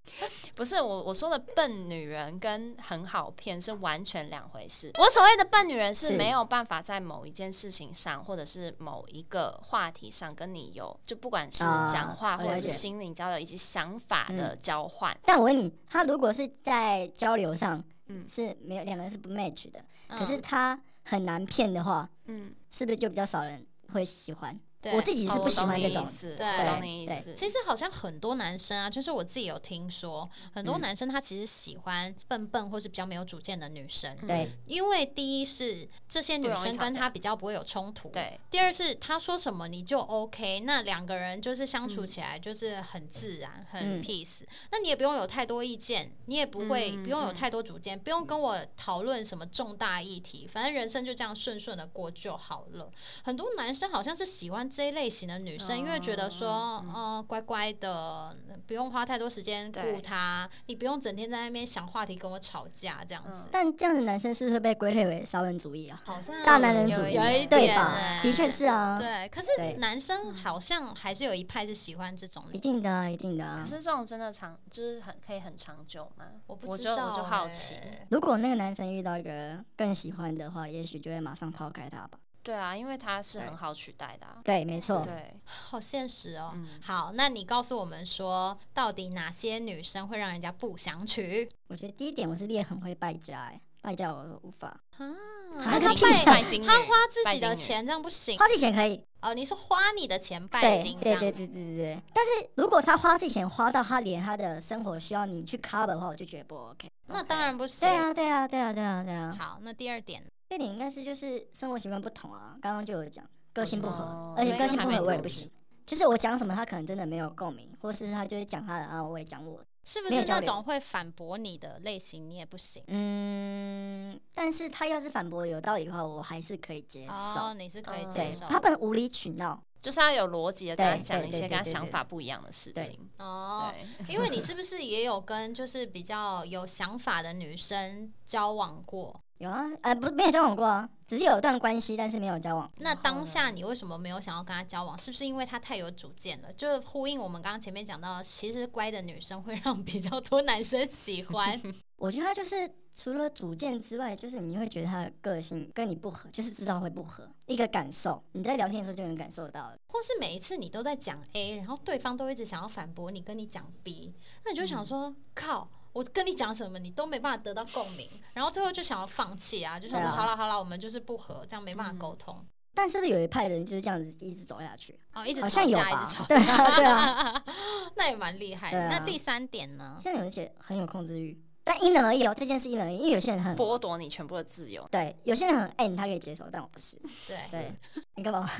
Speaker 2: 不是我我说的笨女人跟很好骗是完全两回事。我所谓的笨女人是
Speaker 3: 是
Speaker 2: 没有办法在某一件事情上，或者是某一个话题上跟你有，就不管是
Speaker 3: 啊
Speaker 2: 讲话、
Speaker 3: 我
Speaker 2: 或者
Speaker 3: 了
Speaker 2: 是
Speaker 3: 解嗯
Speaker 2: 心灵交流以及想法的交换。
Speaker 3: 但我问你，他如果是在交流上，
Speaker 2: 嗯
Speaker 3: 是没有两个人是不 match 的，
Speaker 1: 嗯
Speaker 3: 可是他很难骗的话，
Speaker 2: 嗯，
Speaker 3: 是不是就比较少人会喜欢？
Speaker 1: 对
Speaker 3: 我自己
Speaker 2: 哦
Speaker 3: 是不喜欢这
Speaker 2: 我
Speaker 3: 种
Speaker 2: 懂你意，思，
Speaker 1: 对
Speaker 2: 我懂你意
Speaker 3: 对
Speaker 2: 思。
Speaker 1: 其实好像很多男生啊，就是我自己有听说，很
Speaker 3: 嗯
Speaker 1: 多男生他其实喜欢笨笨或是比较没有主见的女生，
Speaker 2: 嗯
Speaker 3: 对，
Speaker 1: 因为第一是这些女
Speaker 2: 不容易
Speaker 1: 生
Speaker 2: 吵
Speaker 1: 跟
Speaker 2: 架
Speaker 1: 他比较不会有冲突，
Speaker 2: 对，
Speaker 1: 第二是他说什么你就 OK，那两个人就是相
Speaker 2: 嗯
Speaker 1: 处起来就是很自然、很
Speaker 3: 嗯
Speaker 1: peace，那你也不用有太多意见，你也不会、
Speaker 2: 嗯
Speaker 1: 不用有
Speaker 2: 嗯
Speaker 1: 太多主见，不用跟我讨论什么重大议题，反正人生就这样顺顺的过就好了。很多男生好像是喜欢这一类型的女生，因为觉得说，
Speaker 2: 哦
Speaker 1: 哦、乖乖的，不用花太多时间
Speaker 2: 对
Speaker 1: 顾他，你不用整天在那边想话题跟我吵架这样子。
Speaker 2: 嗯
Speaker 3: 但这样的男生是会被归类为少人主义啊，
Speaker 1: 好像
Speaker 3: 大男人主
Speaker 2: 有一
Speaker 3: 义，
Speaker 2: 点
Speaker 3: 对吧
Speaker 1: 欸？
Speaker 3: 的确是啊，
Speaker 1: 对，可
Speaker 3: 对
Speaker 1: 是男生好像还是有一派是喜欢这种
Speaker 3: 一
Speaker 1: 的，
Speaker 3: 定的啊，一定的
Speaker 2: 可
Speaker 3: 啊。
Speaker 2: 是这种真的长，就是很可以很长久吗？
Speaker 1: 我不
Speaker 2: 我
Speaker 1: 知
Speaker 2: 就
Speaker 1: 道、
Speaker 2: 我就好奇。
Speaker 1: 欸
Speaker 3: 如果那个男生遇到一个更喜欢的话，也许就会马上抛开他吧。
Speaker 2: 对啊，因为它是
Speaker 3: 对
Speaker 2: 很好取代的、啊。
Speaker 3: 对，没错，
Speaker 2: 对，
Speaker 1: 好现实哦。
Speaker 2: 嗯
Speaker 1: 好，那你告诉我们说，到底哪些女生会让人家不想娶？
Speaker 3: 我觉得第一点我是列很会败家，哎，败家我无法，
Speaker 1: 啊，
Speaker 3: 还
Speaker 1: 他
Speaker 3: 个屁啊
Speaker 1: 拜
Speaker 2: 拜金女
Speaker 1: 他花自
Speaker 2: 拜
Speaker 1: 己的
Speaker 2: 金女
Speaker 1: 钱，这样不行
Speaker 3: 花自己钱可以，
Speaker 1: 哦。你说花你的钱拜
Speaker 3: 对
Speaker 1: 金这
Speaker 3: 对
Speaker 1: 样，
Speaker 3: 对对对对对。但是如果他花这钱花到他连他的生活需要你去 cover 的话，我就觉得不 OK。
Speaker 1: 那当然不行。
Speaker 3: 对啊，对啊，对啊，对啊，对啊。
Speaker 1: 好，那第二点，
Speaker 3: 这点应该是就是生活习惯不同啊，刚刚就有讲个性不合，
Speaker 2: 哦
Speaker 3: 而且个性不
Speaker 2: 因为还
Speaker 3: 合
Speaker 2: 没
Speaker 3: 我也
Speaker 2: 同
Speaker 3: 不
Speaker 2: 频
Speaker 3: 行。就是我讲什么，他可能真的没有共鸣，或是他就是讲他的，然啊后我也讲我的。
Speaker 1: 是不
Speaker 3: 没
Speaker 1: 是
Speaker 3: 有交
Speaker 1: 那
Speaker 3: 流
Speaker 1: 种会反驳你的类型，你也不行？
Speaker 3: 嗯，但是他要是反驳有道理的话，我还是可以接受。
Speaker 1: 哦，你是可以
Speaker 2: 嗯
Speaker 1: 接
Speaker 3: 对
Speaker 1: 受。
Speaker 3: 他不能无理取闹，
Speaker 2: 就是要有逻辑的跟他
Speaker 3: 对
Speaker 2: 讲
Speaker 3: 对
Speaker 2: 一
Speaker 3: 对
Speaker 2: 些
Speaker 3: 对
Speaker 2: 跟他
Speaker 3: 对
Speaker 2: 想
Speaker 3: 对
Speaker 2: 法不一样的事
Speaker 3: 对
Speaker 2: 情。
Speaker 1: 哦，
Speaker 2: 对，
Speaker 3: (laughs)
Speaker 1: 因为你是不是也有跟就是比较有想法的女生交往
Speaker 3: (laughs)
Speaker 1: 过？
Speaker 3: 有啊，呃，不，没有交往过啊，只是有一段关系，但是没有交往。
Speaker 1: 那
Speaker 2: 然后
Speaker 1: 当下
Speaker 2: 呢
Speaker 1: 你为什么没有想要跟她交往？是不是因为她太有主见了？就是呼应我们刚刚前面讲到，其实乖的女生会让比较多男生喜
Speaker 3: (laughs)
Speaker 1: 欢。
Speaker 3: 我觉得他就是除了主见之外，就是你会觉得他的个性跟你不合，就是知道会不合，一个感受，你在聊天的时候就能感受到了。
Speaker 1: 或是每一次你都在讲 A，然后对方都一直想要反驳你，跟你讲 B，那你就
Speaker 3: 嗯
Speaker 1: 想说、靠。我跟你讲什么，你都没办法得到共鸣，然后最后就想要放弃啊，就想说
Speaker 3: 对啊
Speaker 1: 好了好了，我们就是不合，这样没办法
Speaker 2: 嗯
Speaker 1: 沟通。
Speaker 3: 但是不是有一派人就是这样子一直走下去？
Speaker 1: 哦，一直
Speaker 3: 好
Speaker 1: 吵
Speaker 3: 像有
Speaker 1: 架，一
Speaker 3: 吧
Speaker 1: 直吵？
Speaker 3: 对啊，对啊。
Speaker 1: (laughs) 那也蛮厉害的。
Speaker 3: 对啊
Speaker 1: 那第三点呢？
Speaker 3: 现在有人觉得很有控制欲，但因人而异哦，这件事因人而异，因为有些人很
Speaker 2: 剥夺你全部的自由。
Speaker 3: 对，有些人很 N，他可以接受，但我不是。
Speaker 1: 对， (laughs)
Speaker 3: 对，你干嘛？ (laughs)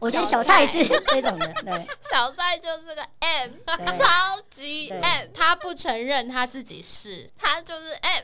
Speaker 3: 我觉得
Speaker 1: 小
Speaker 3: 小
Speaker 1: 菜
Speaker 3: 菜是 (laughs) 这种的，对
Speaker 2: 小蔡就是个 M，
Speaker 1: (laughs)
Speaker 3: 对
Speaker 2: 超级
Speaker 3: 对
Speaker 2: M，
Speaker 1: 他不承认他自己是。
Speaker 2: 他就是 (laughs) M。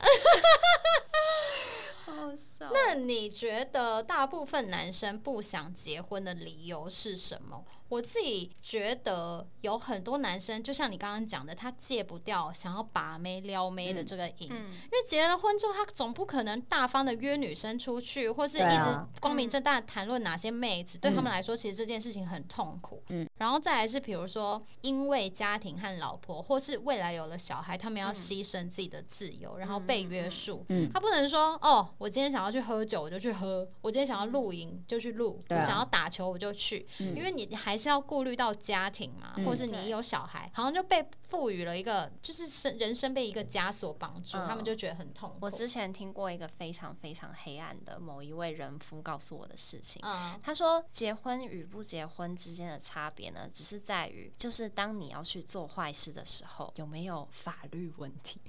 Speaker 2: 好笑
Speaker 1: 那你觉得大部分男生不想结婚的理由是什么？我自己觉得有很多男生，就像你刚刚讲的，他戒不掉想要把妹撩妹的这个瘾。
Speaker 2: 嗯，
Speaker 1: 因为结了婚之后，他总不可能大方的约女生出去，或是一
Speaker 3: 对
Speaker 1: 直
Speaker 3: 啊
Speaker 1: 光明正大地谈论哪些妹子，对他们来说，其实这件事情很痛苦。
Speaker 3: 嗯，
Speaker 1: 然后再来是，比如说因为家庭和老婆，或是未来有了小孩，他们要
Speaker 2: 嗯
Speaker 1: 牺牲自己的自由，然后被约束。
Speaker 3: 嗯
Speaker 1: 他不能说哦，我今天想要去喝酒我就去喝，我今天想要露营就去露，
Speaker 3: 对啊
Speaker 1: 我想要打球我就去，
Speaker 3: 嗯
Speaker 1: 因为你还是要顾虑到家庭嘛，
Speaker 3: 嗯
Speaker 1: 或是你
Speaker 2: 对
Speaker 1: 有小孩，好像就被赋予了一个就是生人生被一个枷锁绑住，
Speaker 2: 嗯
Speaker 1: 他们就觉得很痛苦。
Speaker 2: 我之前听过一个非常非常黑暗的某一位人夫告诉我的事情。
Speaker 1: (laughs) 嗯
Speaker 2: 他说，结婚与不结婚之间的差别呢，只是在于，就是当你要去做坏事的时候，有没有法律问 (laughs) 题。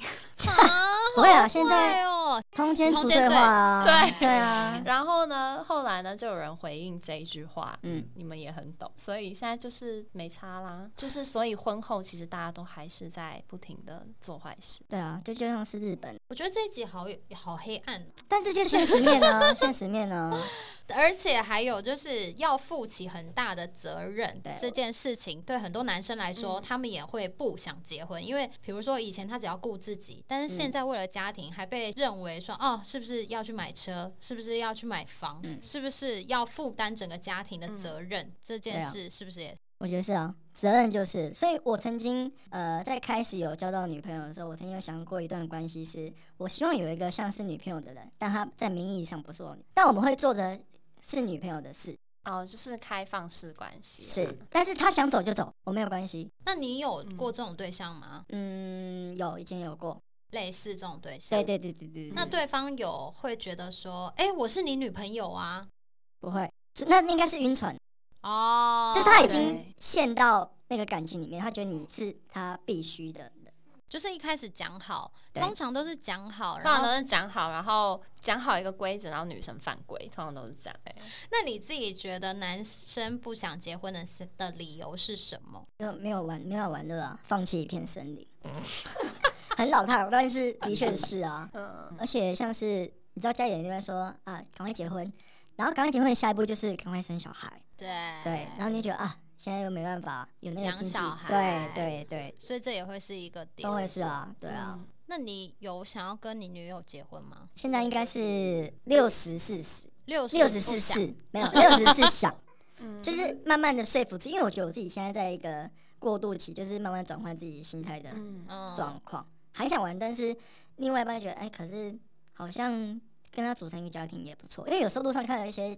Speaker 1: 啊，
Speaker 3: 不会啊，现
Speaker 1: 对
Speaker 3: 在
Speaker 1: 哦，
Speaker 3: 通奸
Speaker 1: 通
Speaker 3: 除
Speaker 1: 奸
Speaker 3: 罪
Speaker 1: 罪
Speaker 3: 化啊，
Speaker 2: 对
Speaker 3: 对啊，
Speaker 2: 然后呢，后来呢，就有人回应这一句话，
Speaker 3: 嗯，
Speaker 2: 你们也很懂，所以现在就是没差啦。就是所以婚后其实大家都还是在不停的做坏事。
Speaker 3: 对啊，就就像是日本，
Speaker 1: 我觉得这一集好好黑暗哦，
Speaker 3: 但这就是现实面啊，现实面啊，
Speaker 1: 而且还有就是要负起很大的责任
Speaker 3: 对
Speaker 1: 这件事情，对很多男生来说，
Speaker 2: 嗯
Speaker 1: 他们也会不想结婚，因为比如说以前他只要顾自己，但是现在为了家庭，还被认为说、哦，是不是要去买车，是不是要去买房，
Speaker 3: 嗯
Speaker 1: 是不是要负担整个家庭的责任？这件
Speaker 3: 对啊
Speaker 1: 事是不是也？
Speaker 3: 我觉得是啊，责任就是，所以我曾经呃，在开始有交到女朋友的时候，我曾经有想过一段关系是，我希望有一个像是女朋友的人，但他在名义上不是我女，但我们会做着是女朋友的事，
Speaker 2: 哦，就是开放式关系
Speaker 1: 嗯
Speaker 2: 啦。
Speaker 3: 是，但是他想走就走，我没有关系。
Speaker 1: 那你有过这种对象吗？
Speaker 3: 嗯，有以前有过，
Speaker 1: 类似这种对象？
Speaker 3: 对对对对对，
Speaker 1: 那对方有会觉得说，哎、我是你女朋友啊，
Speaker 3: 不会，就那应该是晕船，
Speaker 1: 哦，
Speaker 3: 就是他已
Speaker 1: 对
Speaker 3: 经陷到那个感情里面，他觉得你是他必须的人，
Speaker 1: 就是一开始讲好，
Speaker 3: 对
Speaker 1: 通常都是讲好，然
Speaker 2: 通常
Speaker 1: 后
Speaker 2: 都是讲好，然后讲好一个规则，然后女生犯规，通常都是这样、欸。
Speaker 1: 那你自己觉得男生不想结婚的的理由是什么？
Speaker 3: 就没有玩没有玩乐啊，放弃一片森林， (laughs) 很老套，但是的确是啊，
Speaker 2: 嗯，
Speaker 3: 而且像是你知道家里人就会说啊，赶快结婚，然后赶快结婚，下一步就是赶快生小孩，
Speaker 1: 对
Speaker 3: 对，然后你就觉得啊，现在又没办法有那个
Speaker 1: 哎养
Speaker 3: 经济
Speaker 1: 小，孩
Speaker 3: 对对对，
Speaker 1: 所以这也会是一个点
Speaker 3: 都。会是啊，对啊。
Speaker 2: 嗯
Speaker 1: 那你有想要跟你女友结婚吗？
Speaker 3: 现在应该是六十四十，
Speaker 1: 六
Speaker 3: 六十四是没有，六十是想，
Speaker 2: 嗯
Speaker 3: 就是慢慢的说服自己，因为我觉得我自己现在在一个过渡期，就是慢慢转换自己心态的
Speaker 2: 嗯
Speaker 1: 嗯
Speaker 3: 状况，还想玩，但是另外一半就觉得，哎、可是好像跟他组成一个家庭也不错，因为有时候路上看到一些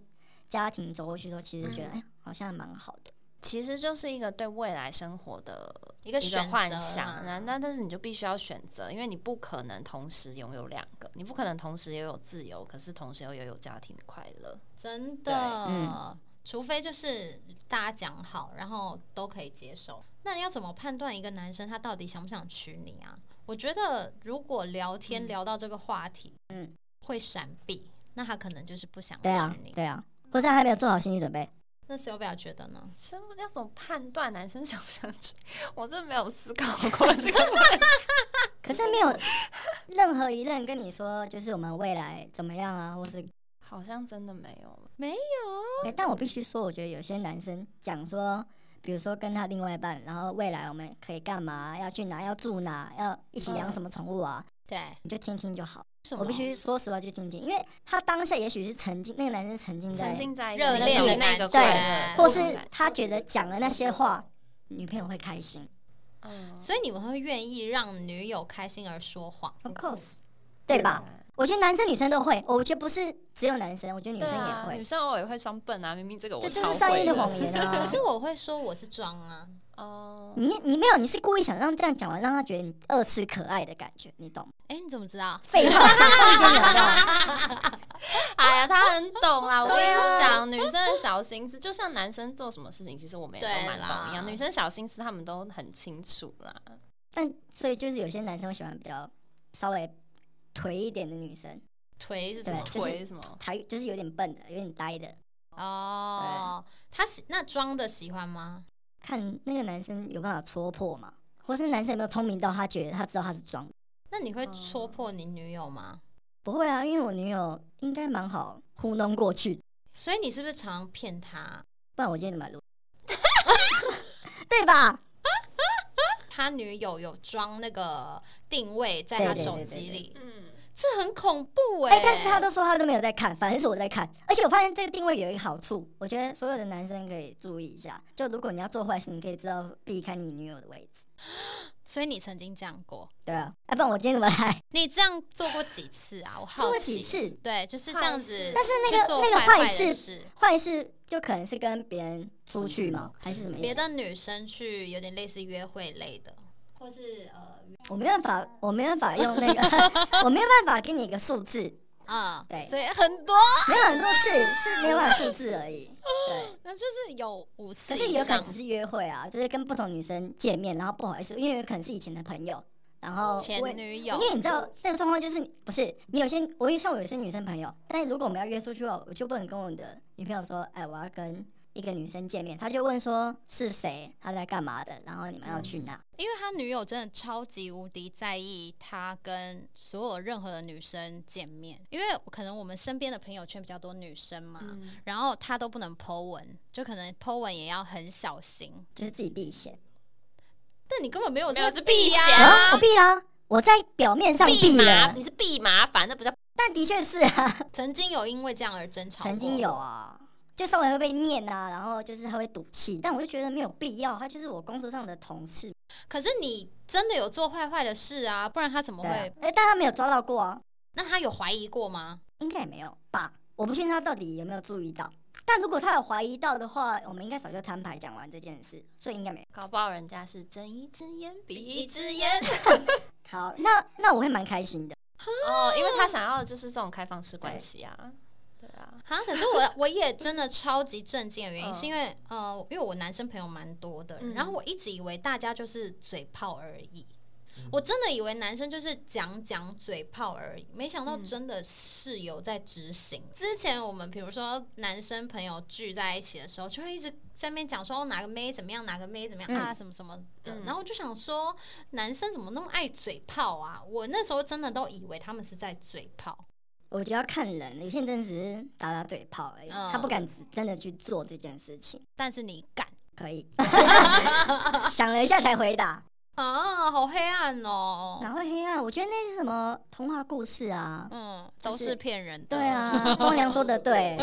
Speaker 3: 家庭走过去的时候，其实觉得，哎、好像蛮好的，
Speaker 2: 其实就是一个对未来生活的
Speaker 1: 一个
Speaker 2: 一
Speaker 1: 选
Speaker 2: 个
Speaker 1: 择
Speaker 2: 幻
Speaker 1: 嘛
Speaker 2: 想，啊那那但是你就必须要选择，因为你不可能同时拥有两个，你不可能同时拥有自由，可是同时又拥有家庭的快乐。
Speaker 1: 真
Speaker 2: 对
Speaker 1: 的，
Speaker 3: 嗯
Speaker 1: 除非就是大家讲好，然后都可以接受。那要怎么判断一个男生他到底想不想娶你啊？我觉得如果聊天
Speaker 2: 嗯
Speaker 1: 聊到这个话题，
Speaker 3: 嗯，
Speaker 1: 会闪避，那他可能就是不想娶
Speaker 3: 对啊
Speaker 1: 你，。
Speaker 3: 对啊，或是他还没有做好心理准备，
Speaker 1: 那 Sylvia 觉得呢？
Speaker 2: 是不要怎么判断男生想不想娶？我真的没有思考 (laughs) 过这个问题。
Speaker 3: (laughs) 可是没有任何一任跟你说，就是我们未来怎么样啊，或是
Speaker 2: 好像真的没有。
Speaker 3: 哎、但我必须说，我觉得有些男生讲说，比如说跟他另外一半，然后未来我们可以干嘛，要去哪，要住哪，要一起养
Speaker 1: 嗯
Speaker 3: 什么宠物啊，
Speaker 1: 对，
Speaker 3: 你就听听就好。
Speaker 1: 什
Speaker 3: 我
Speaker 1: 么
Speaker 3: 必
Speaker 2: 哦
Speaker 3: 须说实话，就听听，因为他当下也许是沉浸，那个男生沉浸在
Speaker 2: 沉，浸在
Speaker 1: 热
Speaker 2: 那
Speaker 1: 恋
Speaker 2: 种
Speaker 1: 的
Speaker 2: 那个
Speaker 1: 感
Speaker 3: 觉
Speaker 2: 快乐
Speaker 3: 或
Speaker 1: 我
Speaker 3: 是他觉得讲了那些话，女朋友会开心。
Speaker 2: 嗯
Speaker 1: 所以你们会愿意让女友开心而说谎？
Speaker 2: 嗯
Speaker 3: Of course，对
Speaker 2: 啊
Speaker 3: 吧？？我觉得男生女生都会，我觉得不是只有男生，我觉得女
Speaker 2: 对
Speaker 3: 生也
Speaker 2: 啊，
Speaker 3: 会
Speaker 2: 女，生偶尔也会装笨啊，明明这个我
Speaker 3: 嗯这就
Speaker 2: 超
Speaker 3: 是上
Speaker 2: 会
Speaker 3: 映的
Speaker 2: 的
Speaker 3: 谎言啊
Speaker 2: (laughs)
Speaker 1: 可。是我会说我是装啊，
Speaker 2: 哦。
Speaker 3: 你你没有，你是故意想让这样讲完，让他觉得你二次可爱的感觉，你懂吗？
Speaker 1: 哎、你怎么知
Speaker 3: (laughs)
Speaker 1: 道？
Speaker 3: 废话，瞬间有料。
Speaker 2: 哎呀，他很懂
Speaker 3: (laughs)
Speaker 2: 啦！我跟
Speaker 3: 对啊
Speaker 2: 你讲，女生的小心思，就像男生做什么事情，其实我们也都蛮懂一
Speaker 1: 对啦
Speaker 2: 样。女生小心思，他们都很清楚啦。
Speaker 3: 但所以就是有些男生会喜欢比较稍微颓一点的女生，
Speaker 1: 腿是什
Speaker 3: 对
Speaker 1: 么？
Speaker 3: 就是
Speaker 2: 腿什么？
Speaker 3: 台语就是有点笨的，有点呆的。
Speaker 1: 哦，他喜那装的喜欢吗？
Speaker 3: 看那个男生有办法戳破嘛，或是男生有没有聪明到他觉得他知道他是装的？
Speaker 1: 那你会
Speaker 2: 哦
Speaker 1: 戳破你女友吗？
Speaker 3: 不会啊，因为我女友应该蛮好糊弄过去的，
Speaker 1: 所以你是不是常常骗她？
Speaker 3: 不然我今天怎么录？ (laughs) 对吧？
Speaker 1: 他女友有装那个定位在他
Speaker 3: 对对对
Speaker 1: 手
Speaker 3: 对
Speaker 1: 机
Speaker 3: 对
Speaker 1: 里，
Speaker 2: 嗯，
Speaker 1: 这很恐怖哎、
Speaker 3: 哎、但是他都说他都没有在看，反正是我在看。而且我发现这个定位有一个好处，我觉得所有的男生可以注意一下，就如果你要做坏事，你可以知道避开你女友的位置。
Speaker 1: 所以你曾经这样过，
Speaker 3: 对啊，要、不然我今天怎么来？
Speaker 1: 你这样做过几次啊？我好
Speaker 3: 做过
Speaker 1: 奇
Speaker 3: 几次？
Speaker 1: 对，就是
Speaker 2: 坏
Speaker 1: 这样
Speaker 2: 事
Speaker 1: 子。
Speaker 3: 但是那个
Speaker 1: 做
Speaker 3: 那个
Speaker 1: 坏
Speaker 3: 坏
Speaker 1: 的
Speaker 3: 事，
Speaker 1: 事，
Speaker 3: 坏事就可能是跟别人出去嘛，还是什么意
Speaker 1: 嗯别
Speaker 3: 思？
Speaker 1: 的女生去有点类似约会类的，或是呃，
Speaker 3: 我没办法，我没办法用那个， (laughs) 我没有办法给你一个数字，
Speaker 1: 啊、
Speaker 3: 对
Speaker 1: 所以很多，
Speaker 3: 没有很多次，是没有办法数字而已。对，
Speaker 1: 那就是有五次
Speaker 3: 可是也有可能只是约会啊，就是跟不同女生见面，然后不好意思，因为有可能是以前的朋友，然后
Speaker 1: 前
Speaker 3: 哦我也
Speaker 1: 女
Speaker 3: 因
Speaker 1: 友，
Speaker 3: 为你知道那个状况就是，不是你有些我也像我有些女生朋友，但是如果我们要约出去哦，我就不能跟我的女朋友说，哎，我要跟一个女生见面，她就问说是谁，她在干嘛的，然后你们要去哪？
Speaker 1: 因为他女友真的超级无敌在意他跟所有任何的女生见面，因为可能我们身边的朋友圈比较多女生嘛，
Speaker 2: 嗯
Speaker 1: 然后他都不能 Po 文，就可能 Po 文也要很小心。
Speaker 3: 就是自己避嫌。
Speaker 1: 但你根本没有
Speaker 2: 没有
Speaker 1: 这
Speaker 2: 这
Speaker 1: 个
Speaker 2: 避
Speaker 1: 呀、
Speaker 2: 嫌
Speaker 3: 啊，我避啦，我在表面上避
Speaker 2: 麻，
Speaker 3: 了，
Speaker 2: 你是避麻烦，那不叫
Speaker 3: 但的确是
Speaker 1: (laughs)
Speaker 3: 啊，
Speaker 1: (laughs) 曾经有因为这样而争吵，
Speaker 3: 曾经有。
Speaker 1: 哦
Speaker 3: 啊，就稍微会被念啊，然后就是他会赌气，但我就觉得没有必要，他就是我工作上的同事，
Speaker 1: 可是你真的有做坏坏的事啊，不然他怎么
Speaker 3: 对啊、
Speaker 1: 会？
Speaker 3: 哎、但他没有抓到过啊，
Speaker 1: 那他有怀疑过吗？
Speaker 3: 应该也没有吧？我不确定他到底有没有注意到，但如果他有怀疑到的话，我们应该早就摊牌讲完这件事，所以应该没有。
Speaker 2: 搞不好人家是睁一只眼闭一
Speaker 1: 一
Speaker 2: 只
Speaker 1: 只
Speaker 2: 眼。
Speaker 3: (laughs) 好，那那我会蛮开心的，
Speaker 2: 哦，因为他想要的就是这种开放式关系啊。对啊，
Speaker 1: 啊，可是
Speaker 2: (laughs)
Speaker 1: 我我也真的超级震惊的原因，
Speaker 2: 嗯
Speaker 1: 是因为呃，因为我男生朋友蛮多的，
Speaker 2: 嗯
Speaker 1: 然后我一直以为大家就是嘴炮而已，我真的以为男生就是讲讲嘴炮而已，没想到
Speaker 2: 嗯
Speaker 1: 真的是有在执行。之前我们比如说男生朋友聚在一起的时候，就会一直在那边讲说、哦、哪个妹怎么样，哪个妹怎么样、
Speaker 3: 嗯
Speaker 1: 啊，什么什么的，
Speaker 2: 嗯
Speaker 1: 然后我就想说，男生怎么那么爱嘴炮啊？我那时候真的都以为他们是在嘴炮。
Speaker 3: 我觉得要看人，有些人真的只是打打嘴炮而已，
Speaker 1: 嗯
Speaker 3: 他不敢真的去做这件事情。
Speaker 1: 但是你敢
Speaker 3: 可
Speaker 1: (laughs)
Speaker 3: 以， (laughs) 想了一下才回答，
Speaker 1: 啊，好黑暗哦！
Speaker 3: 哪会黑暗？我觉得那是什么童话故事啊？
Speaker 1: 嗯，
Speaker 3: 就
Speaker 1: 都
Speaker 3: 是
Speaker 1: 是骗人的。
Speaker 3: 对，啊，光良说的对，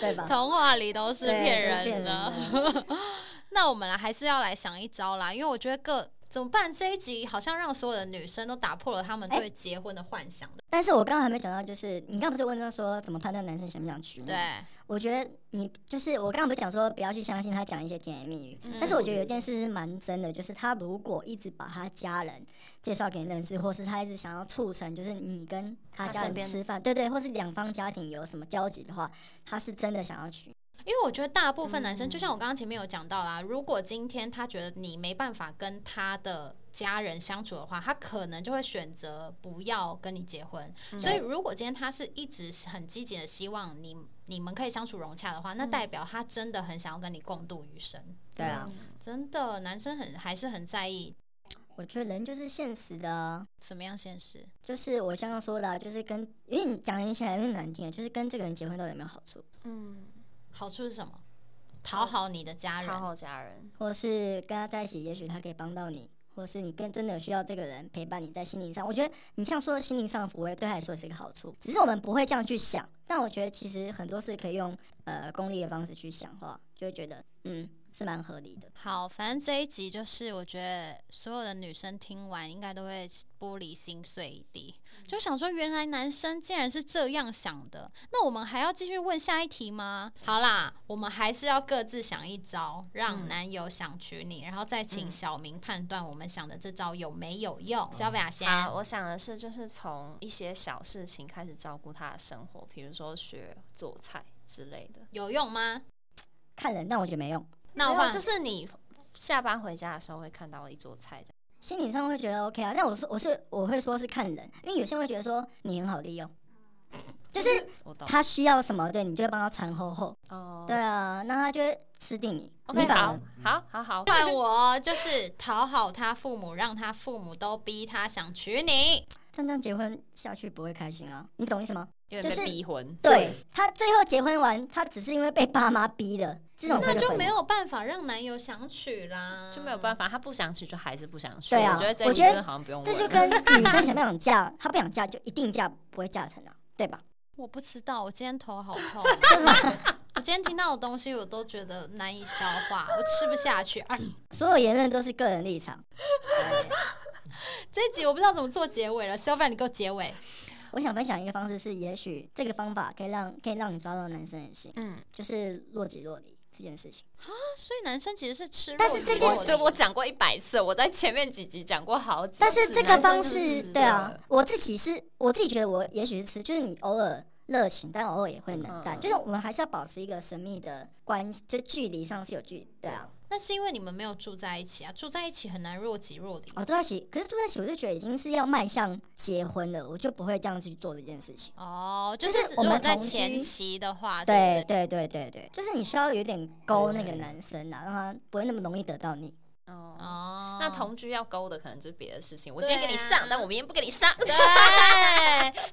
Speaker 3: 对
Speaker 1: (laughs)
Speaker 3: 吧？
Speaker 1: 童话里都是
Speaker 3: 对
Speaker 1: 骗
Speaker 3: 都
Speaker 1: 人的。 (laughs) 那我们啊来还是要来想一招啦，因为我觉得各怎么办？这一集好像让所有的女生都打破了她们
Speaker 3: 哎
Speaker 1: 对结婚的幻想。
Speaker 3: 但是我刚刚还没讲到，就是你刚刚不是问到说怎么判断男生想不想娶你？
Speaker 1: 对，，
Speaker 3: 我觉得你就是我刚刚不是讲说不要去相信他讲一些甜言蜜语，
Speaker 1: 嗯
Speaker 3: 但是我觉得有件事是蛮真的，就是他如果一直把他家人介绍给你认识，或是他一直想要促成就是你跟他
Speaker 2: 他
Speaker 3: 家
Speaker 2: 身
Speaker 3: 人
Speaker 2: 边
Speaker 3: 吃饭，对对，或是两方家庭有什么交集的话，他是真的想要娶你。
Speaker 1: 因为我觉得大部分男生，
Speaker 2: 嗯
Speaker 1: 就像我刚刚前面有讲到啦，如果今天他觉得你没办法跟他的家人相处的话，他可能就会选择不要跟你结婚。
Speaker 2: 嗯
Speaker 1: 所以，如果今天他是一直很积极的希望你你们可以相处融洽的话，那
Speaker 2: 嗯
Speaker 1: 代表他真的很想要跟你共度余生。
Speaker 3: 对啊，
Speaker 1: 真的，男生很还是很在意。
Speaker 3: 我觉得人就是现实的啊、
Speaker 1: 什么样现实？
Speaker 3: 就是我刚刚说的啊、就是跟有点讲一下有点难听，啊就是跟这个人结婚到底有没有好处，
Speaker 2: 嗯，
Speaker 1: 好处是什么？讨好你的家
Speaker 2: 讨
Speaker 1: 人，
Speaker 2: 好家人，
Speaker 3: 或是跟他在一起，也许他可以帮到你，或是你跟真的有需要这个人陪伴你在心灵上。我觉得你像说心灵上的抚慰，对他来说也是一个好处，只是我们不会这样去想。但我觉得其实很多事可以用呃功利的方式去想的话，就会觉得嗯是蛮合理的。
Speaker 1: 好，反正这一集就是，我觉得所有的女生听完应该都会玻璃心碎一地，
Speaker 2: 嗯
Speaker 1: 就想说原来男生竟然是这样想的，那我们还要继续问下一题吗？好啦，我们还是要各自想一招，让
Speaker 2: 嗯
Speaker 1: 男友想娶你，然后再请
Speaker 2: 嗯哦
Speaker 1: 小明判断我们想的这招有没有用。小雅先，
Speaker 2: 好，我想的是，就是从一些小事情开始照顾他的生活，比如说学做菜之类的。
Speaker 1: 有用吗？
Speaker 3: 看人，但我觉得没用。
Speaker 1: 那我
Speaker 2: 没有
Speaker 1: 换
Speaker 2: 就是你下班回家的时候会看到一桌菜这样，
Speaker 3: 心理上会觉得 OK 啊，但我说我是我会说是看人，因为有些人会觉得说你很好利用， (laughs) 就是
Speaker 2: 我懂。
Speaker 3: 他需要什么，对你就会帮他传厚厚，
Speaker 2: 哦，
Speaker 3: 对啊，那他就会吃定你。
Speaker 2: ，OK，
Speaker 3: 你反
Speaker 2: 好
Speaker 3: 而，
Speaker 2: 好，好，好，
Speaker 1: 换我，哦就是讨好他父母，让他父母都逼他想娶你。
Speaker 3: 像这样结婚下去不会开心啊，你懂意思吗？
Speaker 2: 因为
Speaker 3: 就
Speaker 2: 被
Speaker 3: 是
Speaker 2: 逼婚，
Speaker 3: 对他最后结婚完，他只是因为被爸妈逼的，这
Speaker 1: (laughs)
Speaker 3: 种
Speaker 1: 那
Speaker 3: 会
Speaker 1: 就
Speaker 3: 分
Speaker 1: 没有办法让男友想娶啦，
Speaker 2: 就没有办法，他不想去就还是不想去。
Speaker 3: 嗯对啊
Speaker 2: 我觉得这
Speaker 3: 我
Speaker 2: 一题
Speaker 3: 觉得
Speaker 2: 真的好像不用
Speaker 3: 这
Speaker 2: 问嗯
Speaker 3: 就
Speaker 2: 了。
Speaker 3: 跟女生想不想嫁，她不想嫁就一定嫁，不会嫁成啊，对吧？
Speaker 1: 我不知道，我今天头好痛。啊
Speaker 3: (laughs) 这是什么
Speaker 1: (laughs) 我今天听到的东西，我都觉得难以消化，我吃不下
Speaker 3: (laughs)
Speaker 1: 去。啊、
Speaker 3: 所有言论都是个人立场。
Speaker 1: 这一集我不知道怎么做结尾了，小凡，你给我结尾。啊
Speaker 3: 我想分享一个方式是，也许这个方法可以让可以让你抓到男生的心，
Speaker 2: 嗯，
Speaker 3: 就是若即若离这件事情。
Speaker 1: 所以男生其实是吃肉
Speaker 3: 但是这件
Speaker 1: 多
Speaker 2: 我
Speaker 1: 的
Speaker 2: 就我讲过一百次，我在前面几集讲过好几次。
Speaker 3: 但是这个方
Speaker 2: 男生就
Speaker 3: 式
Speaker 2: 是，
Speaker 3: 对啊
Speaker 2: 这个，
Speaker 3: 我自己是我自己觉得我也许是吃，就是你偶尔热情，但偶尔也会冷淡，
Speaker 2: 嗯
Speaker 3: 就是我们还是要保持一个神秘的关系，就距离上是有距离，对啊。
Speaker 1: 那是因为你们没有住在一起啊，住在一起很难若即若离。
Speaker 3: 哦，住在一起，可是住在一起，我就觉得已经是要迈向结婚了，我就不会这样去做这件事情。
Speaker 1: 哦，就
Speaker 3: 就是是
Speaker 1: 如
Speaker 3: 我们
Speaker 1: 果在
Speaker 3: 同居
Speaker 1: 前期的
Speaker 2: 啊
Speaker 1: 话，
Speaker 3: 对
Speaker 1: 就是
Speaker 3: 对对对对，就是你需要有点勾那个男生啊，让他不会那么容易得到你。
Speaker 2: 哦，
Speaker 1: 哦，
Speaker 2: 那同居要勾的可能就是别的事情。我今
Speaker 1: 对
Speaker 2: 天给你
Speaker 1: 啊
Speaker 2: 上，但我明天不给你上。
Speaker 1: (laughs) 对，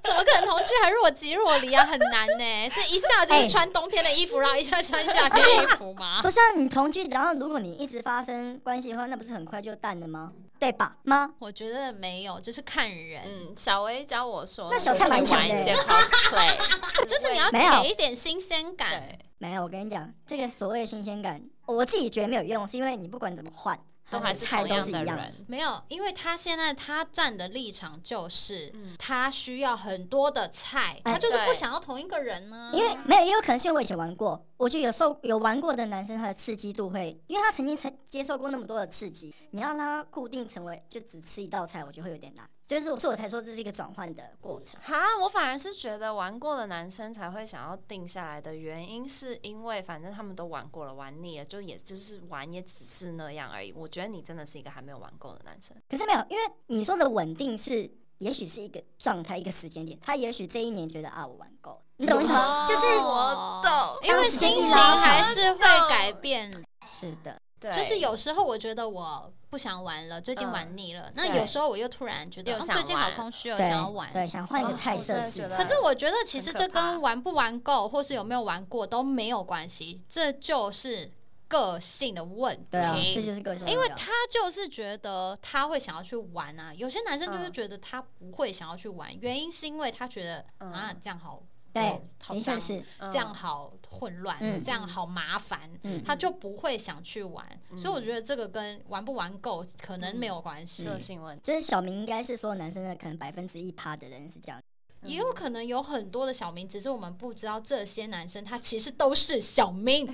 Speaker 1: 怎么可能同居还若即若离啊？很难呢、 (laughs) 是一下就是
Speaker 3: 哎
Speaker 1: 穿冬天的衣服，然后一下穿夏天的衣服吗？
Speaker 3: 不是啊，你同居，然后如果你一直发生关系的话，那不是很快就淡了吗？对吧？妈，
Speaker 1: (laughs) 我觉得没有，就是看人，
Speaker 2: 嗯，小薇教我说，
Speaker 3: 那小蔡蛮强
Speaker 2: 玩
Speaker 3: 的
Speaker 2: 一些
Speaker 3: (laughs)
Speaker 2: cosplay，
Speaker 1: 啊就是你要
Speaker 3: 没有
Speaker 1: 给一点新鲜感。
Speaker 2: 对，
Speaker 3: 没有，我跟你讲，这个所谓的新鲜感，我自己觉得没有用，是因为你不管怎么换，
Speaker 2: 都还是
Speaker 3: 菜
Speaker 2: 同
Speaker 3: 都是
Speaker 2: 样的
Speaker 3: 一样。
Speaker 2: 人。
Speaker 1: 没有，因为他现在他站的立场就是，
Speaker 2: 嗯
Speaker 1: 他需要很多的菜，
Speaker 3: 哎
Speaker 1: 他就是不
Speaker 2: 对
Speaker 1: 想要同一个人呢、
Speaker 3: 因为没有，也有可能是因为我以前玩过，我觉得有受有玩过的男生，他的刺激度会，因为他曾经曾接受过那么多的刺激，你要让他固定成为就只吃一道菜，我觉得会有点难。就是所以我才说这是一个转换的过程。
Speaker 2: 哈，我反而是觉得玩过的男生才会想要定下来的原因，是因为反正他们都玩过了，玩腻了，就也就是玩，也只是那样而已。我觉得你真的是一个还没有玩够的男生。
Speaker 3: 可是没有，因为你说的稳定是，也许是一个状态，一个时间点。他也许这一年觉得啊，我玩够了，你懂我意思
Speaker 2: 哦
Speaker 3: 吗？就是
Speaker 2: 我懂
Speaker 1: 因为
Speaker 3: 当时
Speaker 1: 心
Speaker 3: 一
Speaker 1: 情
Speaker 3: 拉
Speaker 1: 还
Speaker 3: 长
Speaker 1: 是
Speaker 2: 我
Speaker 1: 会
Speaker 2: 懂
Speaker 1: 改变
Speaker 3: 是的，
Speaker 2: 对，
Speaker 1: 就是有时候我觉得我不想玩了，最近玩腻了。那
Speaker 3: 对
Speaker 1: 有时候嗯我又突然觉得，
Speaker 2: 又
Speaker 1: 哦，
Speaker 2: 想
Speaker 1: 最近好
Speaker 2: 玩
Speaker 1: 空虚哦，
Speaker 3: 对
Speaker 1: 想要玩。
Speaker 3: 对，想换一个
Speaker 2: 哦
Speaker 3: 菜
Speaker 2: 我
Speaker 3: 色
Speaker 2: 真的
Speaker 3: 试
Speaker 2: 觉
Speaker 3: 试。
Speaker 2: 得
Speaker 1: 可是我觉得其实
Speaker 2: 很可
Speaker 1: 这跟
Speaker 2: 怕
Speaker 1: 玩不玩够，或是有没有玩过都没有关系，这就是个性的问题。
Speaker 3: 对啊，
Speaker 2: 停
Speaker 3: 这就是个性。
Speaker 1: 因为他就是觉得他会想要去玩啊，有些男生就是
Speaker 2: 嗯
Speaker 1: 觉得他不会想要去玩，原因是因为他觉得、
Speaker 2: 嗯
Speaker 1: 啊这样好哦
Speaker 3: 对，
Speaker 1: 好
Speaker 3: 的
Speaker 1: 脏
Speaker 3: 确，是，
Speaker 2: 嗯
Speaker 1: 这样好混乱，
Speaker 3: 嗯
Speaker 1: 这样好麻烦，
Speaker 3: 嗯
Speaker 1: 他就不会想去玩。所以我觉得这个跟玩不玩够可能没有关系，
Speaker 2: 个性问题，
Speaker 3: 就是小明应该是所有男生的可能百分之一趴的人是
Speaker 1: (laughs)
Speaker 3: 这样。
Speaker 1: 也有可能有很多的小明，只是我们不知道这些男生他其实都是小明。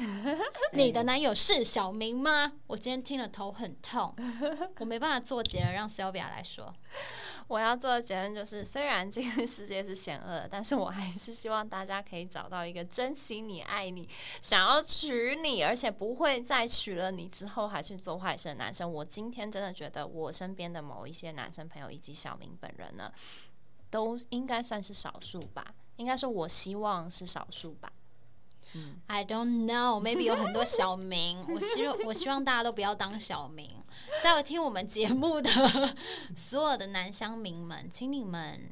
Speaker 1: 你的男友是小明吗？我今天听了头很痛，我没办法做结了，让 Sylvia 来说。
Speaker 2: (laughs) 我要做的结论就是，虽然这个世界是险恶的，但是我还是希望大家可以找到一个珍惜你、爱你、想要娶你，而且不会在娶了你之后还去做坏事的男生。我今天真的觉得，我身边的某一些男生朋友以及小明本人呢，都应该算是少数吧。应该说，我希望是少数吧。
Speaker 1: I don't know，maybe 有很多小明，我希望我希望大家都不要当小明。在我听我们节目的所有的男乡民们，请你们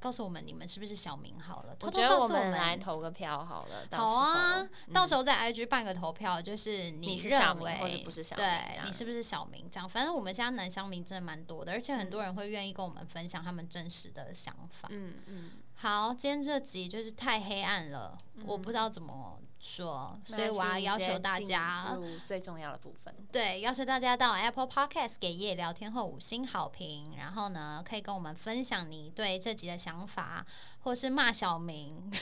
Speaker 1: 告诉我们，你们是不是小明好了？偷
Speaker 2: 我
Speaker 1: 偷
Speaker 2: 觉得
Speaker 1: 告
Speaker 2: 我
Speaker 1: 诉
Speaker 2: 们来
Speaker 1: 们。
Speaker 2: 投个票好了，到时
Speaker 1: 好
Speaker 2: 候嗯
Speaker 1: 啊，到时
Speaker 2: 候
Speaker 1: 候在 IG 办个投票，就是
Speaker 2: 你是小
Speaker 1: 认
Speaker 2: 明
Speaker 1: 为
Speaker 2: 或者不是小明嗯这
Speaker 1: 对
Speaker 2: 样
Speaker 1: 你是不是小明这样？反正我们家男乡民真的蛮多的，而且很多人会愿意跟我们分享他们真实的想法。
Speaker 2: 嗯嗯，
Speaker 1: 好，今天这集就是太黑暗了，我
Speaker 2: 嗯
Speaker 1: 不知道怎么说，所以我要要求大家
Speaker 2: 没关系你直接进入最重要的部分。
Speaker 1: 对，要求大家到 Apple Podcast 给夜聊天后五星好评，然后呢，可以跟我们分享你对这集的想法，或是骂小明，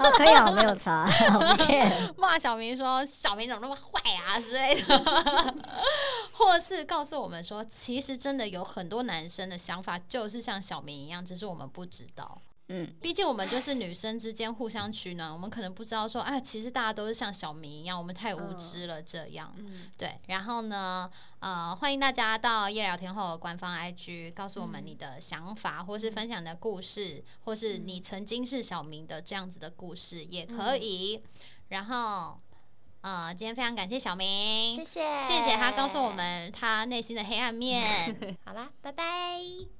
Speaker 3: 好，可以啊，我没有查， (laughs) 我不 care
Speaker 1: 骂小明说小明怎么那么坏啊之类的， (laughs) 或是告诉我们说，其实真的有很多男生的想法就是像小明一样，只是我们不知道。
Speaker 3: 嗯，
Speaker 1: 毕竟我们就是女生之间互相取暖，我们可能不知道说，啊，其实大家都是像小明一样，我们太无
Speaker 2: 嗯
Speaker 1: 知了这样。
Speaker 2: 嗯，
Speaker 1: 对，然后呢，呃，欢迎大家到夜聊天后的官方 IG 告诉我们
Speaker 2: 嗯
Speaker 1: 你的想法，或是分享你的故事，或是你曾经是小明的这样子的故事也
Speaker 2: 嗯
Speaker 1: 可以。然后，呃，今天非常感谢小明，
Speaker 2: 谢， (laughs)
Speaker 1: 谢谢他告诉我。们他内心的黑暗面。
Speaker 2: 好啦，拜拜。